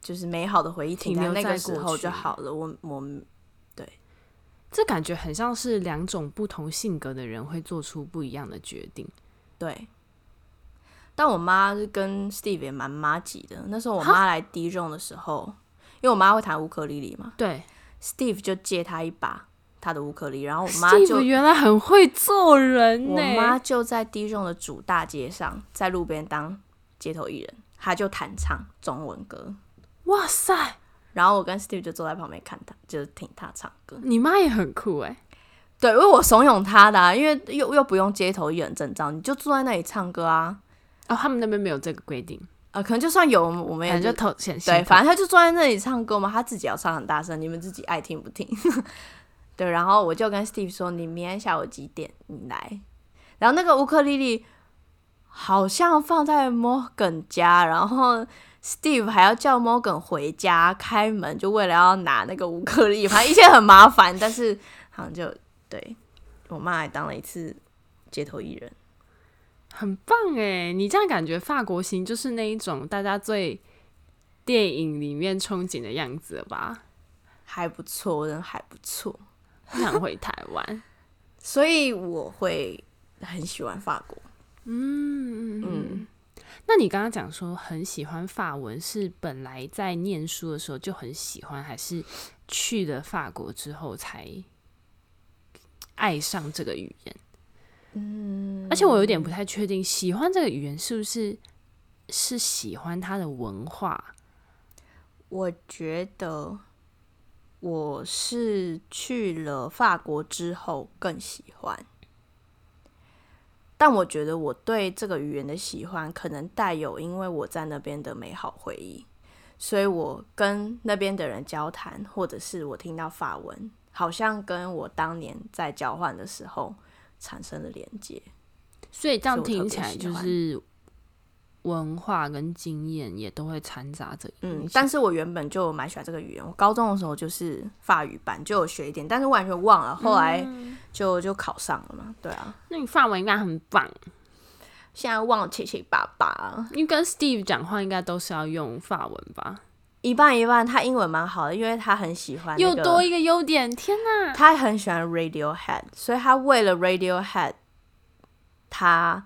Speaker 2: 就是美好的回忆停
Speaker 1: 停
Speaker 2: 留
Speaker 1: 留
Speaker 2: 那个
Speaker 1: 在
Speaker 2: 时
Speaker 1: 过
Speaker 2: 候就
Speaker 1: 去
Speaker 2: 好了。我我
Speaker 1: 这感觉很像是两种不同性格的人会做出不一样的决定。
Speaker 2: 对，但我妈是跟 Steve 也蛮妈级的。那时候我妈来 D 中的时候，因为我妈会弹乌克丽丽嘛
Speaker 1: 对，
Speaker 2: ，Steve 就借她一把她的乌克丽，然后我妈
Speaker 1: Steve
Speaker 2: 就
Speaker 1: 原来很会做人
Speaker 2: 我
Speaker 1: 呢、
Speaker 2: 妈就在 D 中的主大街上，在路边当街头艺人，她就弹唱中文歌，
Speaker 1: 哇塞，
Speaker 2: 然后我跟 Steve 就坐在旁边看她，就是听她唱歌。
Speaker 1: 你妈也很酷哎诶、
Speaker 2: 对，因为我怂恿她的、啊，因为又又不用街头艺人证照，你就坐在那里唱歌啊。
Speaker 1: 哦，他们那边没有这个规定，
Speaker 2: 啊、可能就算有，我们也
Speaker 1: 反
Speaker 2: 就
Speaker 1: 正就投钱。
Speaker 2: 对，反正他就坐在那里唱歌嘛，他自己要唱很大声，你们自己爱听 不听。对，然后我就跟 Steve 说：“你明天下午几点你来？”然后那个乌克丽丽好像放在 Morgan 家，然后 Steve 还要叫 Morgan 回家开门，就为了要拿那个乌克丽丽，反正一切很麻烦。但是好像就对我妈还当了一次街头艺人。
Speaker 1: 很棒诶、哎你这样感觉法国行就是那一种大家最电影里面憧憬的样子了吧？
Speaker 2: 还不错，人还不错，
Speaker 1: 我想回台湾。
Speaker 2: 所以我会很喜欢法国。
Speaker 1: 嗯嗯嗯。那你刚刚讲说很喜欢法文，是本来在念书的时候就很喜欢，还是去了法国之后才爱上这个语言？嗯，而且我有点不太确定，喜欢这个语言是不是是喜欢它的文化？
Speaker 2: 我觉得我是去了法国之后更喜欢，但我觉得我对这个语言的喜欢，可能带有因为我在那边的美好回忆，所以我跟那边的人交谈，或者是我听到法文，好像跟我当年在交换的时候产生了连接。
Speaker 1: 所以这样
Speaker 2: 是我特
Speaker 1: 听
Speaker 2: 别
Speaker 1: 起来
Speaker 2: 喜
Speaker 1: 就
Speaker 2: 欢
Speaker 1: 是文化跟经验也都会掺杂着影
Speaker 2: 嗯，
Speaker 1: 响。
Speaker 2: 但是我原本就蛮喜欢这个语言。我高中的时候就是法语班，就有学一点，但是完全忘了。后来就、就考上了嘛，对啊，
Speaker 1: 那你法文应该很棒，
Speaker 2: 现在忘了七七八八，
Speaker 1: 你跟 Steve 讲话应该都是要用法文吧？
Speaker 2: 一半一半。他英文蛮好的，因为他很喜欢、啊那
Speaker 1: 又
Speaker 2: 个，
Speaker 1: 多一个优点，天哪！
Speaker 2: 他很喜欢 Radiohead，所以他为了 Radiohead，他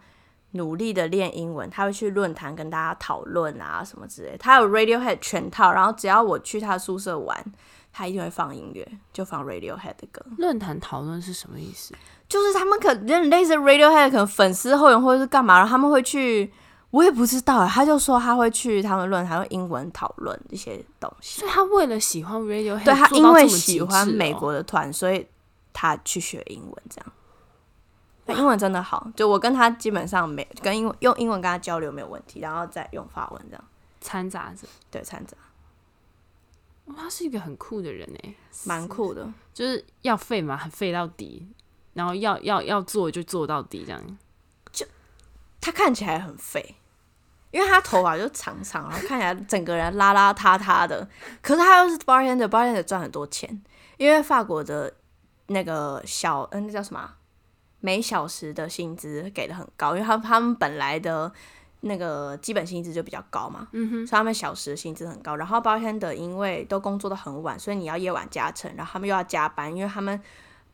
Speaker 2: 努力的练英文，他会去论坛跟大家讨论啊什么之类的。他有 Radiohead 全套，然后只要我去他宿舍玩，他一定会放音乐，就放 Radiohead 的歌。
Speaker 1: 论坛讨论是什么意思？
Speaker 2: 就是他们可能类似 Radiohead，可能粉丝后援或者是干嘛，然后他们会去，我也不知道欸，他就说他会去他们论坛用英文讨论一些东西。
Speaker 1: 所以他为了喜欢 Radiohead，
Speaker 2: 对他
Speaker 1: 哎做
Speaker 2: 因
Speaker 1: 到
Speaker 2: 为
Speaker 1: 这么极
Speaker 2: 喜欢
Speaker 1: 致哦
Speaker 2: 美，国的团，所以他去学英文这样。那英文真的好，就我跟他基本上没跟英文用英文跟他交流没有问题，然后再用法文这样
Speaker 1: 掺杂着。
Speaker 2: 对掺杂，
Speaker 1: 哇他是一个很酷的人哎，
Speaker 2: 蛮酷的。
Speaker 1: 就是要废嘛，很废到底，然后要要要做就做到底这样。
Speaker 2: 他看起来很废，因为他头发就长长，然后看起来整个人邋邋遢遢的。可是他又是 bartender，bartender 赚很多钱，因为法国的那个小，嗯、那叫什么啊？每小时的薪资给的很高，因为他他们本来的那个基本薪资就比较高嘛，嗯哼，所以他们小时的薪资很高。然后 bartender 因为都工作到很晚，所以你要夜晚加成，然后他们又要加班，因为他们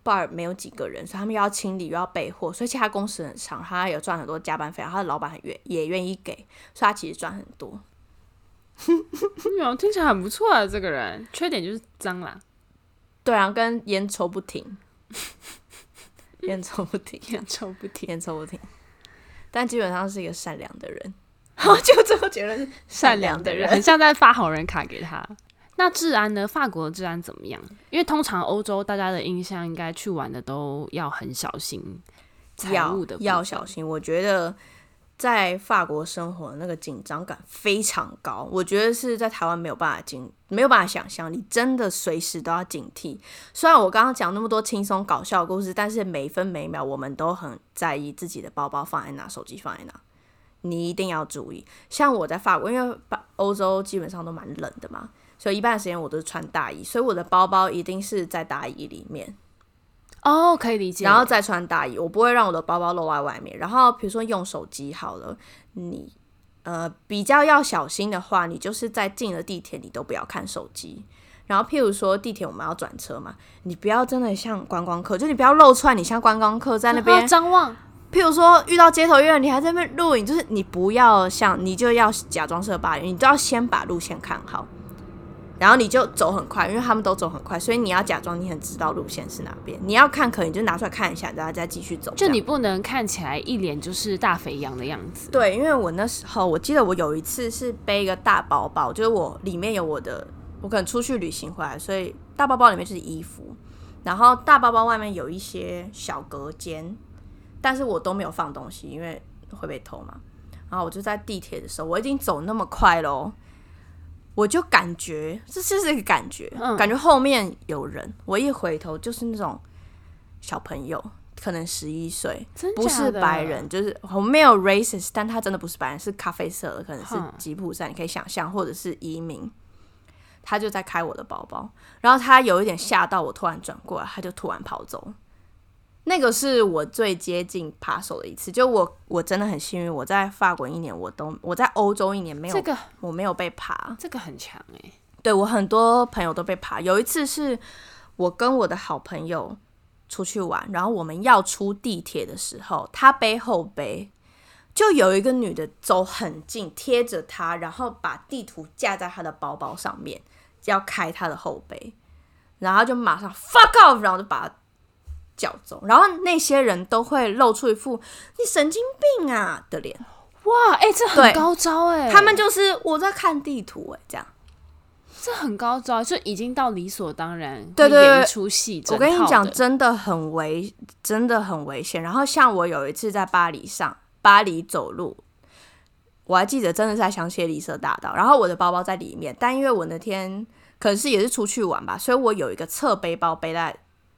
Speaker 2: bar 没有几个人，所以他们又要清理又要备货，所以其实他工时很长，他有赚很多加班费，然后他的老板很愿也愿意给，所以他其实赚很多。
Speaker 1: 没有，听起来很不错啊，这个人。缺点就是脏啦，
Speaker 2: 对啊，跟烟抽不停，烟抽不 停，
Speaker 1: 眼抽不停，
Speaker 2: 烟抽不停，但基本上是一个善良的 人。然后就最后结论是
Speaker 1: 善良的人，很像在发好人卡给他。那治安呢？法国的治安怎么样？因为通常欧洲大家的印象应该去玩的都要很小心，财
Speaker 2: 要
Speaker 1: 务的部
Speaker 2: 要
Speaker 1: 分
Speaker 2: 小心。我觉得在法国生活的那个紧张感非常高，我觉得是在台湾没有办法经没有办法想象，你真的随时都要警惕。虽然我刚刚讲那么多轻松搞笑的故事，但是每分每秒我们都很在意自己的包包放在哪，手机放在哪。你一定要注意，像我在法国，因为法欧洲基本上都蛮冷的嘛，所以一半的时间我都是穿大衣，所以我的包包一定是在大衣里面。
Speaker 1: 哦，可以理解。
Speaker 2: 然后再穿大衣，我不会让我的包包露在外面。然后比如说用手机好了，你呃比较要小心的话，你就是在进了地铁你都不要看手机。然后譬如说地铁我们要转车嘛，你不要真的像观光客，就你不要露出来，你像观光客在那边
Speaker 1: 哦张望，
Speaker 2: 譬如说遇到街头艺人，你还在那边录影，就是你不要像你就要假装是个八零，你都要先把路线看好，然后你就走很快，因为他们都走很快，所以你要假装你很知道路线是哪边。你要看可以你就拿出来看一下，然后再继续走。
Speaker 1: 就
Speaker 2: 这样
Speaker 1: 你不能看起来一脸就是大肥羊的样子。
Speaker 2: 对，因为我那时候我记得我有一次是背一个大包包，就是我里面有我的，我可能出去旅行回来，所以大包包里面就是衣服，然后大包包外面有一些小隔间，但是我都没有放东西，因为会被偷嘛。然后我就在地铁的时候，我已经走那么快喽，我就感觉这就是一个感觉，
Speaker 1: 嗯
Speaker 2: 感觉后面有人，我一回头就是那种小朋友，可能十一岁，
Speaker 1: 真
Speaker 2: 不
Speaker 1: 假
Speaker 2: 是
Speaker 1: 的
Speaker 2: 白人，就是我没有 racist，但他真的不是白人，是咖啡色的，可能是
Speaker 1: 哼
Speaker 2: 吉普赛，你可以想象，或者是移民。他就在开我的包包，然后他有一点吓到我，突然转过来，他就突然跑走了。那个是我最接近扒手的一次，就我我真的很幸运，我在法国一年，我都我在欧洲一年没有，
Speaker 1: 这个
Speaker 2: 我没有被扒。
Speaker 1: 这个很强哎、
Speaker 2: 对我很多朋友都被爬。有一次是我跟我的好朋友出去玩，然后我们要出地铁的时候，他背后背，就有一个女的走很近，贴着他，然后把地图架在他的包包上面，要开他的后背，然后他就马上 fuck off，然后就把他叫走。然后那些人都会露出一副你神经病啊的脸，
Speaker 1: 哇，哎、这
Speaker 2: 对
Speaker 1: 很高招哎、
Speaker 2: 他们就是我在看地图哎、这样。
Speaker 1: 这很高招，就已经到理所当然，
Speaker 2: 对对
Speaker 1: 会演
Speaker 2: 对
Speaker 1: 一出戏。
Speaker 2: 我跟
Speaker 1: 整
Speaker 2: 你
Speaker 1: 套
Speaker 2: 讲，
Speaker 1: 的
Speaker 2: 真的很危，真的很危险。然后像我有一次在巴黎上，巴黎走路，我还记得真的是在香榭丽舍大道，然后我的包包在里面，但因为我那天可能是也是出去玩吧，所以我有一个侧背包背在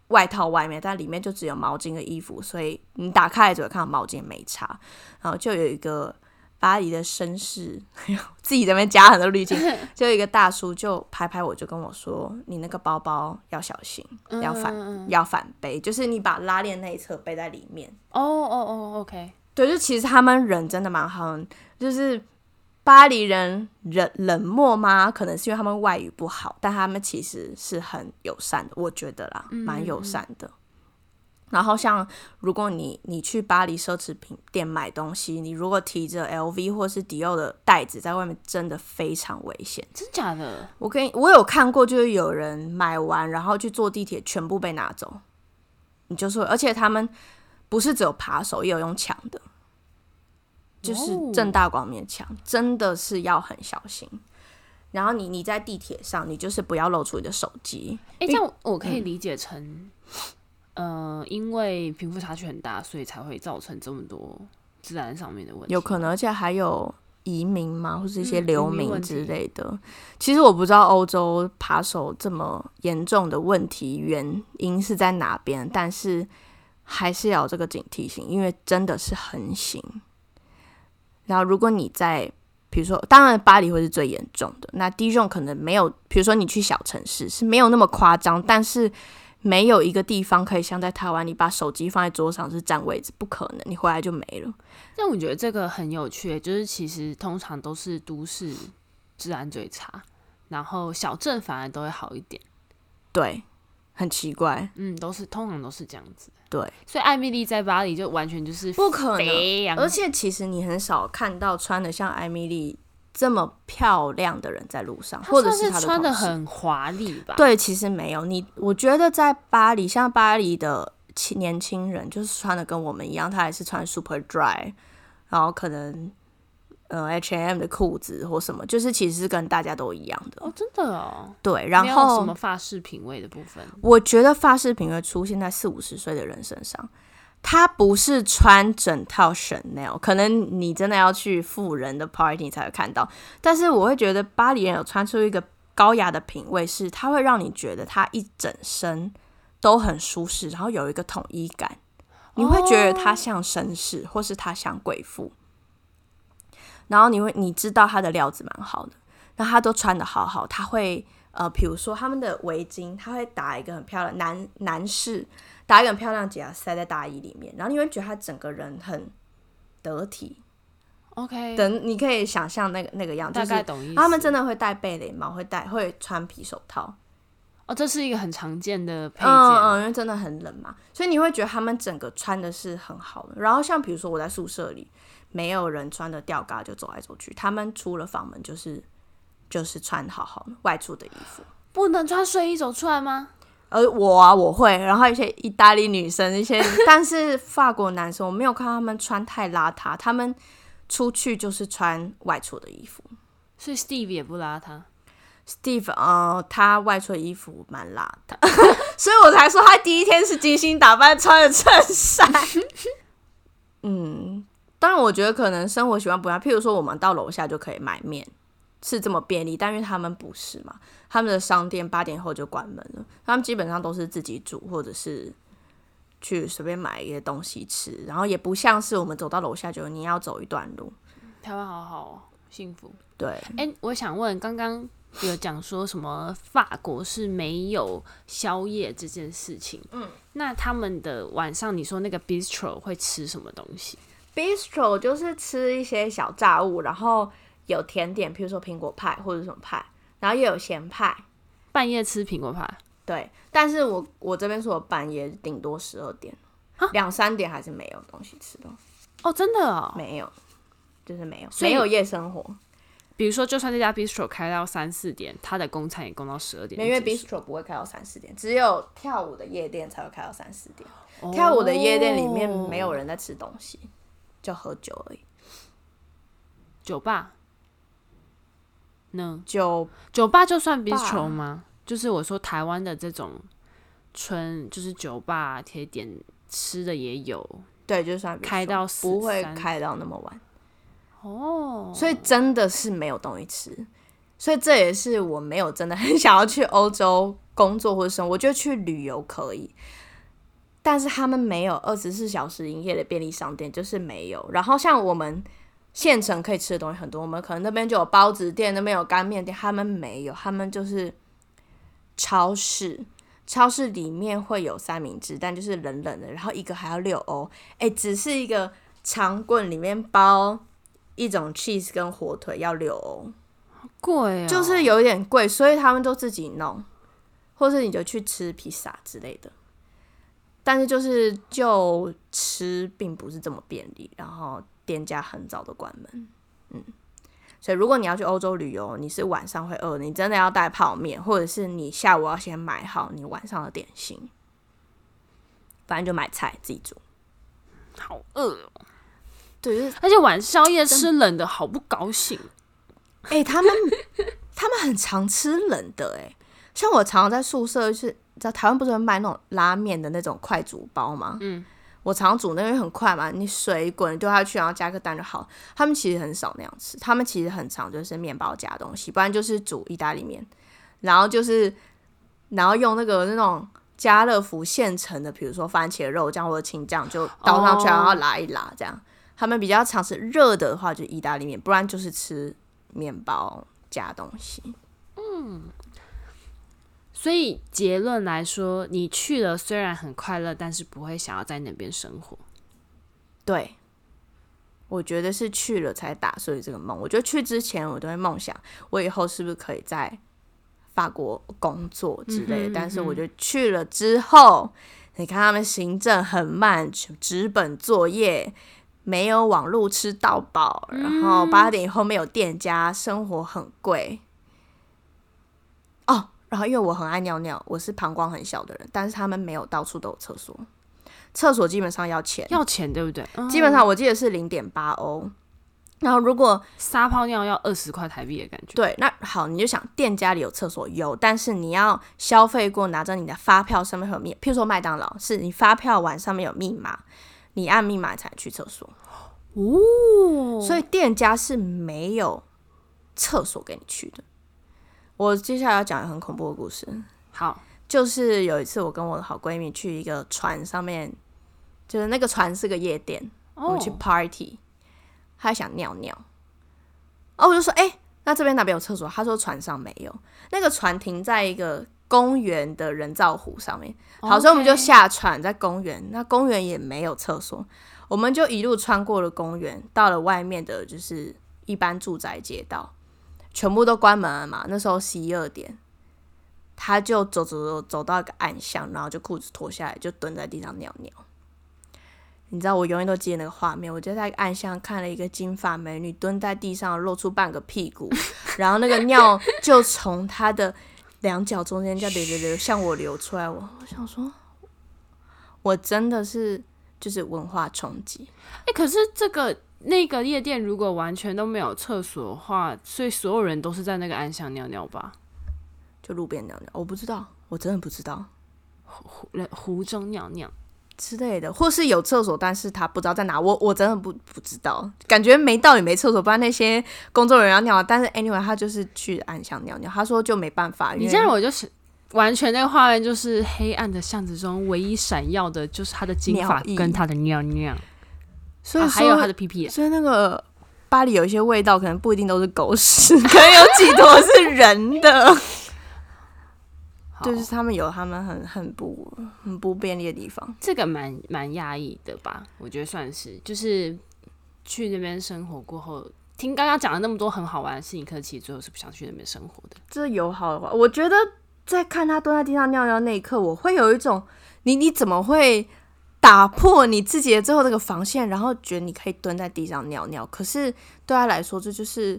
Speaker 2: 外套外面，但里面就只有毛巾和衣服，所以你打开来只会看到毛巾没擦。然后就有一个巴黎的 绅士，哎呦自己在那边加很多滤镜，就有一个大叔就拍拍我，就跟我说：“你那个包包要小心，
Speaker 1: 嗯
Speaker 2: 要反、要反背，就是你把拉链那一侧背在里面。”
Speaker 1: 哦哦哦，OK，
Speaker 2: 对，就其实他们人真的蛮好，就是巴黎人冷冷漠吗？可能是因为他们外语不好，但他们其实是很友善的，我觉得啦，蛮友善的。然后像如果你你去巴黎奢侈品店买东西，你如果提着 LV 或是迪奥的袋子在外面，真的非常危险。
Speaker 1: 真假的？
Speaker 2: 我跟你我有看过，就是有人买完然后去坐地铁，全部被拿走。你就说，而且他们不是只有扒手，也有用抢的，就是
Speaker 1: 哦
Speaker 2: 正大光明的抢，真的是要很小心。然后你你在地铁上，你就是不要露出你的手机，
Speaker 1: 哎、这样我可以理解成，呃，因为贫富差距很大，所以才会造成这么多自然上面的问题。
Speaker 2: 有可能，而且还有移民嘛，或是一些
Speaker 1: 嗯
Speaker 2: 流
Speaker 1: 移民
Speaker 2: 民
Speaker 1: 问
Speaker 2: 之
Speaker 1: 题
Speaker 2: 类的。其实我不知道欧洲扒手这么严重的问题原因是在哪边，但是还是要有这个警惕性，因为真的是横行。然后，如果你在比如说，当然巴黎会是最严重的，那第一种可能没有，比如说你去小城市是没有那么夸张，但是没有一个地方可以像在台湾，你把手机放在桌上是占位置，不可能，你回来就没了。
Speaker 1: 但我觉得这个很有趣，欸就是其实通常都是都市治安最差，然后小镇反而都会好一点。
Speaker 2: 对，很奇怪，
Speaker 1: 嗯，都是通常都是这样子。
Speaker 2: 对，
Speaker 1: 所以艾米丽在巴黎就完全就是啊
Speaker 2: 不可能。
Speaker 1: 飞扬，
Speaker 2: 而且其实你很少看到穿的像艾米丽这么漂亮的人在路上，
Speaker 1: 她
Speaker 2: 或者
Speaker 1: 算是
Speaker 2: 她的
Speaker 1: 穿的
Speaker 2: 同事
Speaker 1: 很华丽吧？，
Speaker 2: 对，其实没有你，我觉得在巴黎，像巴黎的青年轻人，就是穿的跟我们一样，他还是穿 Super Dry，然后可能呃 H M 的裤子或什么，就是其实是跟大家都一样的。
Speaker 1: 哦，真的哦。
Speaker 2: 对，
Speaker 1: 没
Speaker 2: 然
Speaker 1: 有什么
Speaker 2: 后
Speaker 1: 发饰品味的部分，
Speaker 2: 我觉得发饰品会出现在四五十岁的人身上。他不是穿整套 Chanel，可能你真的要去富人的 party 你才会看到。但是我会觉得巴黎人有穿出一个高雅的品味，是它会让你觉得他一整身都很舒适，然后有一个统一感，你会觉得他像绅士，或是他像贵妇。然后你会你知道他的料子蛮好的，那他都穿的好好，他会呃，比如说他们的围巾，他会打一个很漂亮男男士打一个很漂亮的结啊塞在大衣里面，然后你会觉得他整个人很得体，
Speaker 1: OK，
Speaker 2: 等你可以想象那个那个样子，
Speaker 1: 大
Speaker 2: 就是
Speaker 1: 概懂意思。
Speaker 2: 他们真
Speaker 1: 的
Speaker 2: 的会戴贝雷帽，会戴会穿皮手套，
Speaker 1: 哦，这是一个很常见的配件。
Speaker 2: 嗯嗯，因为真的很冷嘛，所以你会觉得他们整个穿的是很好的。然后像比如说我在宿舍里，没有人穿的吊嘎就走来走去，他们出了房门就是就是穿好好的外出的衣服。
Speaker 1: 不能穿睡衣走出来吗？
Speaker 2: 而我啊，我会，然后还有一些意大利女生，一些，但是法国男生，我没有看他们穿太邋遢，他们出去就是穿外出的衣服。
Speaker 1: 所以 Steve 也不拉他。
Speaker 2: Steve，呃，他外出的衣服蛮邋遢， 所以我才说他第一天是精心打扮，穿着衬衫。嗯，当然，我觉得可能生活习惯不一样，譬如说我们到楼下就可以买面，是这么便利，但因为他们不是嘛，他们的商店八点后就关门了，他们基本上都是自己煮或者是。去随便买一些东西吃，然后也不像是我们走到楼下就你要走一段路，
Speaker 1: 台湾好好哦，幸福。
Speaker 2: 对，
Speaker 1: 哎、我想问，刚刚有讲说什么法国是没有宵夜这件事情？嗯，那他们的晚上，你说那个 bistro 会吃什么东西？
Speaker 2: bistro 就是吃一些小炸物，然后有甜点，譬如说苹果派或者什么派，然后也有咸派。
Speaker 1: 半夜吃苹果派？
Speaker 2: 对，但是我我这边说我半夜顶多十二点，两三点还是没有东西吃的，
Speaker 1: 哦，真的哦。
Speaker 2: 没有，就是没有，
Speaker 1: 所以
Speaker 2: 没有夜生活，
Speaker 1: 比如说，就算这家 bistro 开到三四点，它的公餐也供到十二点
Speaker 2: 因为
Speaker 1: 就结束。
Speaker 2: bistro 不会开到三四点，只有跳舞的夜店才会开到三四点。
Speaker 1: 哦
Speaker 2: 跳舞的夜店里面没有人在吃东西，就喝酒而已。
Speaker 1: 酒吧。呢？
Speaker 2: 酒
Speaker 1: 酒吧就算 bistro 吗？就是我说台湾的这种纯，就是酒吧甜点吃的也有
Speaker 2: 对，就算 bistro，
Speaker 1: 开到
Speaker 2: 不会
Speaker 1: 13
Speaker 2: 开到那么晚。
Speaker 1: 哦。
Speaker 2: 所以真的是没有东西吃，所以这也是我没有真的很 想要去欧洲工作或者生活，我觉得去旅游可以，但是他们没有二十四小时营业的便利商店，就是没有。然后像我们县城可以吃的东西很多，我们可能那边就有包子店，那边有干面店，他们没有，他们就是超市。超市里面会有三明治，但就是冷冷的，然后一个还要六欧，哎、只是一个长棍里面包一种 cheese 跟火腿要六欧，
Speaker 1: 贵、哦，
Speaker 2: 就是有点贵，所以他们都自己弄，或是你就去吃披萨之类的。但是就是就吃并不是这么便利，然后店家很早都关门，嗯，所以如果你要去欧洲旅游，你是晚上会饿，你真的要带泡面，或者是你下午要先买好你晚上的点心，反正就买菜自己煮。
Speaker 1: 好饿、哦，
Speaker 2: 对，就是
Speaker 1: 而且晚宵夜吃冷的好不高兴。
Speaker 2: 欸哎、他们他们很常吃冷的哎、像我常常在宿舍，就是知道台湾不是会卖那种拉面的那种快煮包吗？嗯，我常煮那个因为很快嘛，你水滚丢下去，然后加个蛋就好。他们其实很少那样吃，他们其实很常就是面包加东西，不然就是煮意大利面，然后就是然后用那个那种家乐福现成的，比如说番茄肉酱或者青酱，就倒上去，
Speaker 1: 哦
Speaker 2: 然后拉一拉这样。他们比较常吃热的话，就意大利面，不然就是吃面包加东西。
Speaker 1: 所以结论来说，你去了虽然很快乐，但是不会想要在那边生活。
Speaker 2: 对，我觉得是去了才打碎这个梦。我觉得去之前我都会梦想，我以后是不是可以在法国工作之类的。但是我觉得去了之后，你看他们行政很慢，纸本作业。没有网络吃到饱，然后八点以后没有店家，生活很贵。哦，然后因为我很爱尿尿，我是膀胱很小的人，但是他们没有到处都有厕所，厕所基本上要钱，
Speaker 1: 要钱对不对？嗯
Speaker 2: 基本上我记得是零点八欧。然后如果
Speaker 1: 撒泡尿要二十块台币的感觉。
Speaker 2: 对，那好，你就想店家里有厕所有，但是你要消费过，拿着你的发票上面会有密，譬如说麦当劳，是你发票完上面有密码，你按密码才去厕所，
Speaker 1: 哦，
Speaker 2: 所以店家是没有厕所给你去的。我接下来要讲一个很恐怖的故事，
Speaker 1: 好，
Speaker 2: 就是有一次我跟我的好闺蜜去一个船上面，就是那个船是个夜店，我
Speaker 1: 哦
Speaker 2: 们去 party，他想尿尿，然后我就说，哎、那这边哪边有厕所？他说船上没有，那个船停在一个公园的人造湖上面。好，所以我们就
Speaker 1: OK
Speaker 2: 下船在公园，那公园也没有厕所，我们就一路穿过了公园，到了外面的就是一般住宅街道，全部都关门了嘛。那时候十一二点。他就走走走走到一个暗巷，然后就裤子脱下来，就蹲在地上尿尿。你知道我永远都记得那个画面，我就在暗巷看了一个金发美女蹲在地上，露出半个屁股，然后那个尿就从她的两脚中间这样流流流向我流出来。我我想说，我真的是就是文化冲击，
Speaker 1: 哎、可是这个那个夜店如果完全都没有厕所的话，所以所有人都是在那个暗巷尿尿吧？
Speaker 2: 就路边尿尿，我不知道，我真的不知道
Speaker 1: 湖人湖中尿尿，
Speaker 2: 之类的，或是有厕所，但是他不知道在哪，我我真的不不知道，感觉没道理没厕所，不然那些工作人员要尿，啊但是 anyway 他就是去暗巷尿尿，他说就没办法，因为
Speaker 1: 你这样我就是。完全那个画面就是黑暗的巷子中，唯一闪耀的就是他的金发
Speaker 2: 尿意
Speaker 1: 跟他的尿尿，
Speaker 2: 所以、
Speaker 1: 啊、还有他的屁屁耶。
Speaker 2: 所以那个巴黎有一些味道，可能不一定都是狗屎， 可能有几坨是人的。
Speaker 1: 好
Speaker 2: 就是他们有他们很很不很不便利的地方。
Speaker 1: 这个蛮蛮压抑的吧？我觉得算是，就是去那边生活过后，听刚刚讲了那么多很好玩的事情，可是其实最后是不想去那边生活的。
Speaker 2: 这有好的话，我觉得在看他蹲在地上尿尿那一刻，我会有一种你你怎么会打破你自己的最后这个防线，然后觉得你可以蹲在地上尿尿？可是对他来说，这就是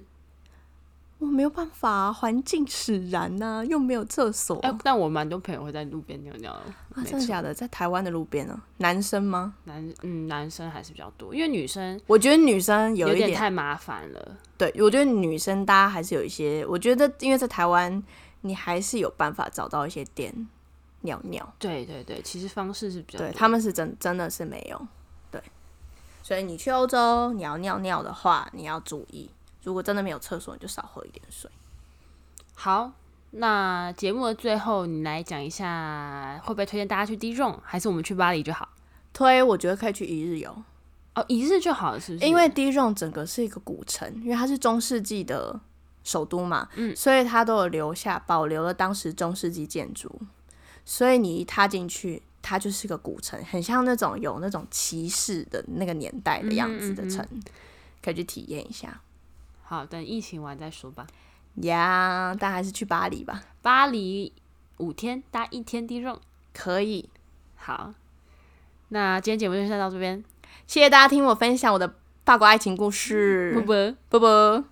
Speaker 2: 我没有办法、啊，环境使然呐、又没有厕所。
Speaker 1: 哎、但我蛮多朋友会在路边尿尿的，
Speaker 2: 啊，
Speaker 1: 没
Speaker 2: 真的
Speaker 1: 错
Speaker 2: 假的？在台湾的路边呢、男生吗？
Speaker 1: 男嗯男生还是比较多，因为女生
Speaker 2: 我觉得女生有
Speaker 1: 有
Speaker 2: 一点，
Speaker 1: 太麻烦了。
Speaker 2: 对我觉得女生大家还是有一些，我觉得因为在台湾，你还是有办法找到一些店尿尿，
Speaker 1: 对对对，其实方式是比较
Speaker 2: 对
Speaker 1: 多
Speaker 2: 他们是真真的是没有，对，所以你去欧洲你要尿尿的话，你要注意，如果真的没有厕所，你就少喝一点水。
Speaker 1: 好。那节目的最后，你来讲一下，会不会推荐大家去 Dijon，还是我们去巴黎就好？
Speaker 2: 推我觉得可以去一日游，
Speaker 1: 哦，一日就好了，是不是？
Speaker 2: 因为 Dijon 整个是一个古城，因为它是中世纪的首都嘛，
Speaker 1: 嗯
Speaker 2: 所以它都有留下保留了当时中世纪建筑，所以你一踏进去，它就是个古城，很像那种有那种骑士的那个年代的
Speaker 1: 嗯
Speaker 2: 样子的城，可以去体验一下。
Speaker 1: 好，等疫情完再说吧。
Speaker 2: 呀、但还是去巴黎吧，
Speaker 1: 巴黎五天搭一天 Dijon，
Speaker 2: 可以。
Speaker 1: 好。那今天节目就先到这边，
Speaker 2: 谢谢大家听我分享我的法国爱情故事
Speaker 1: 嗯拜，拜。
Speaker 2: 啵啵。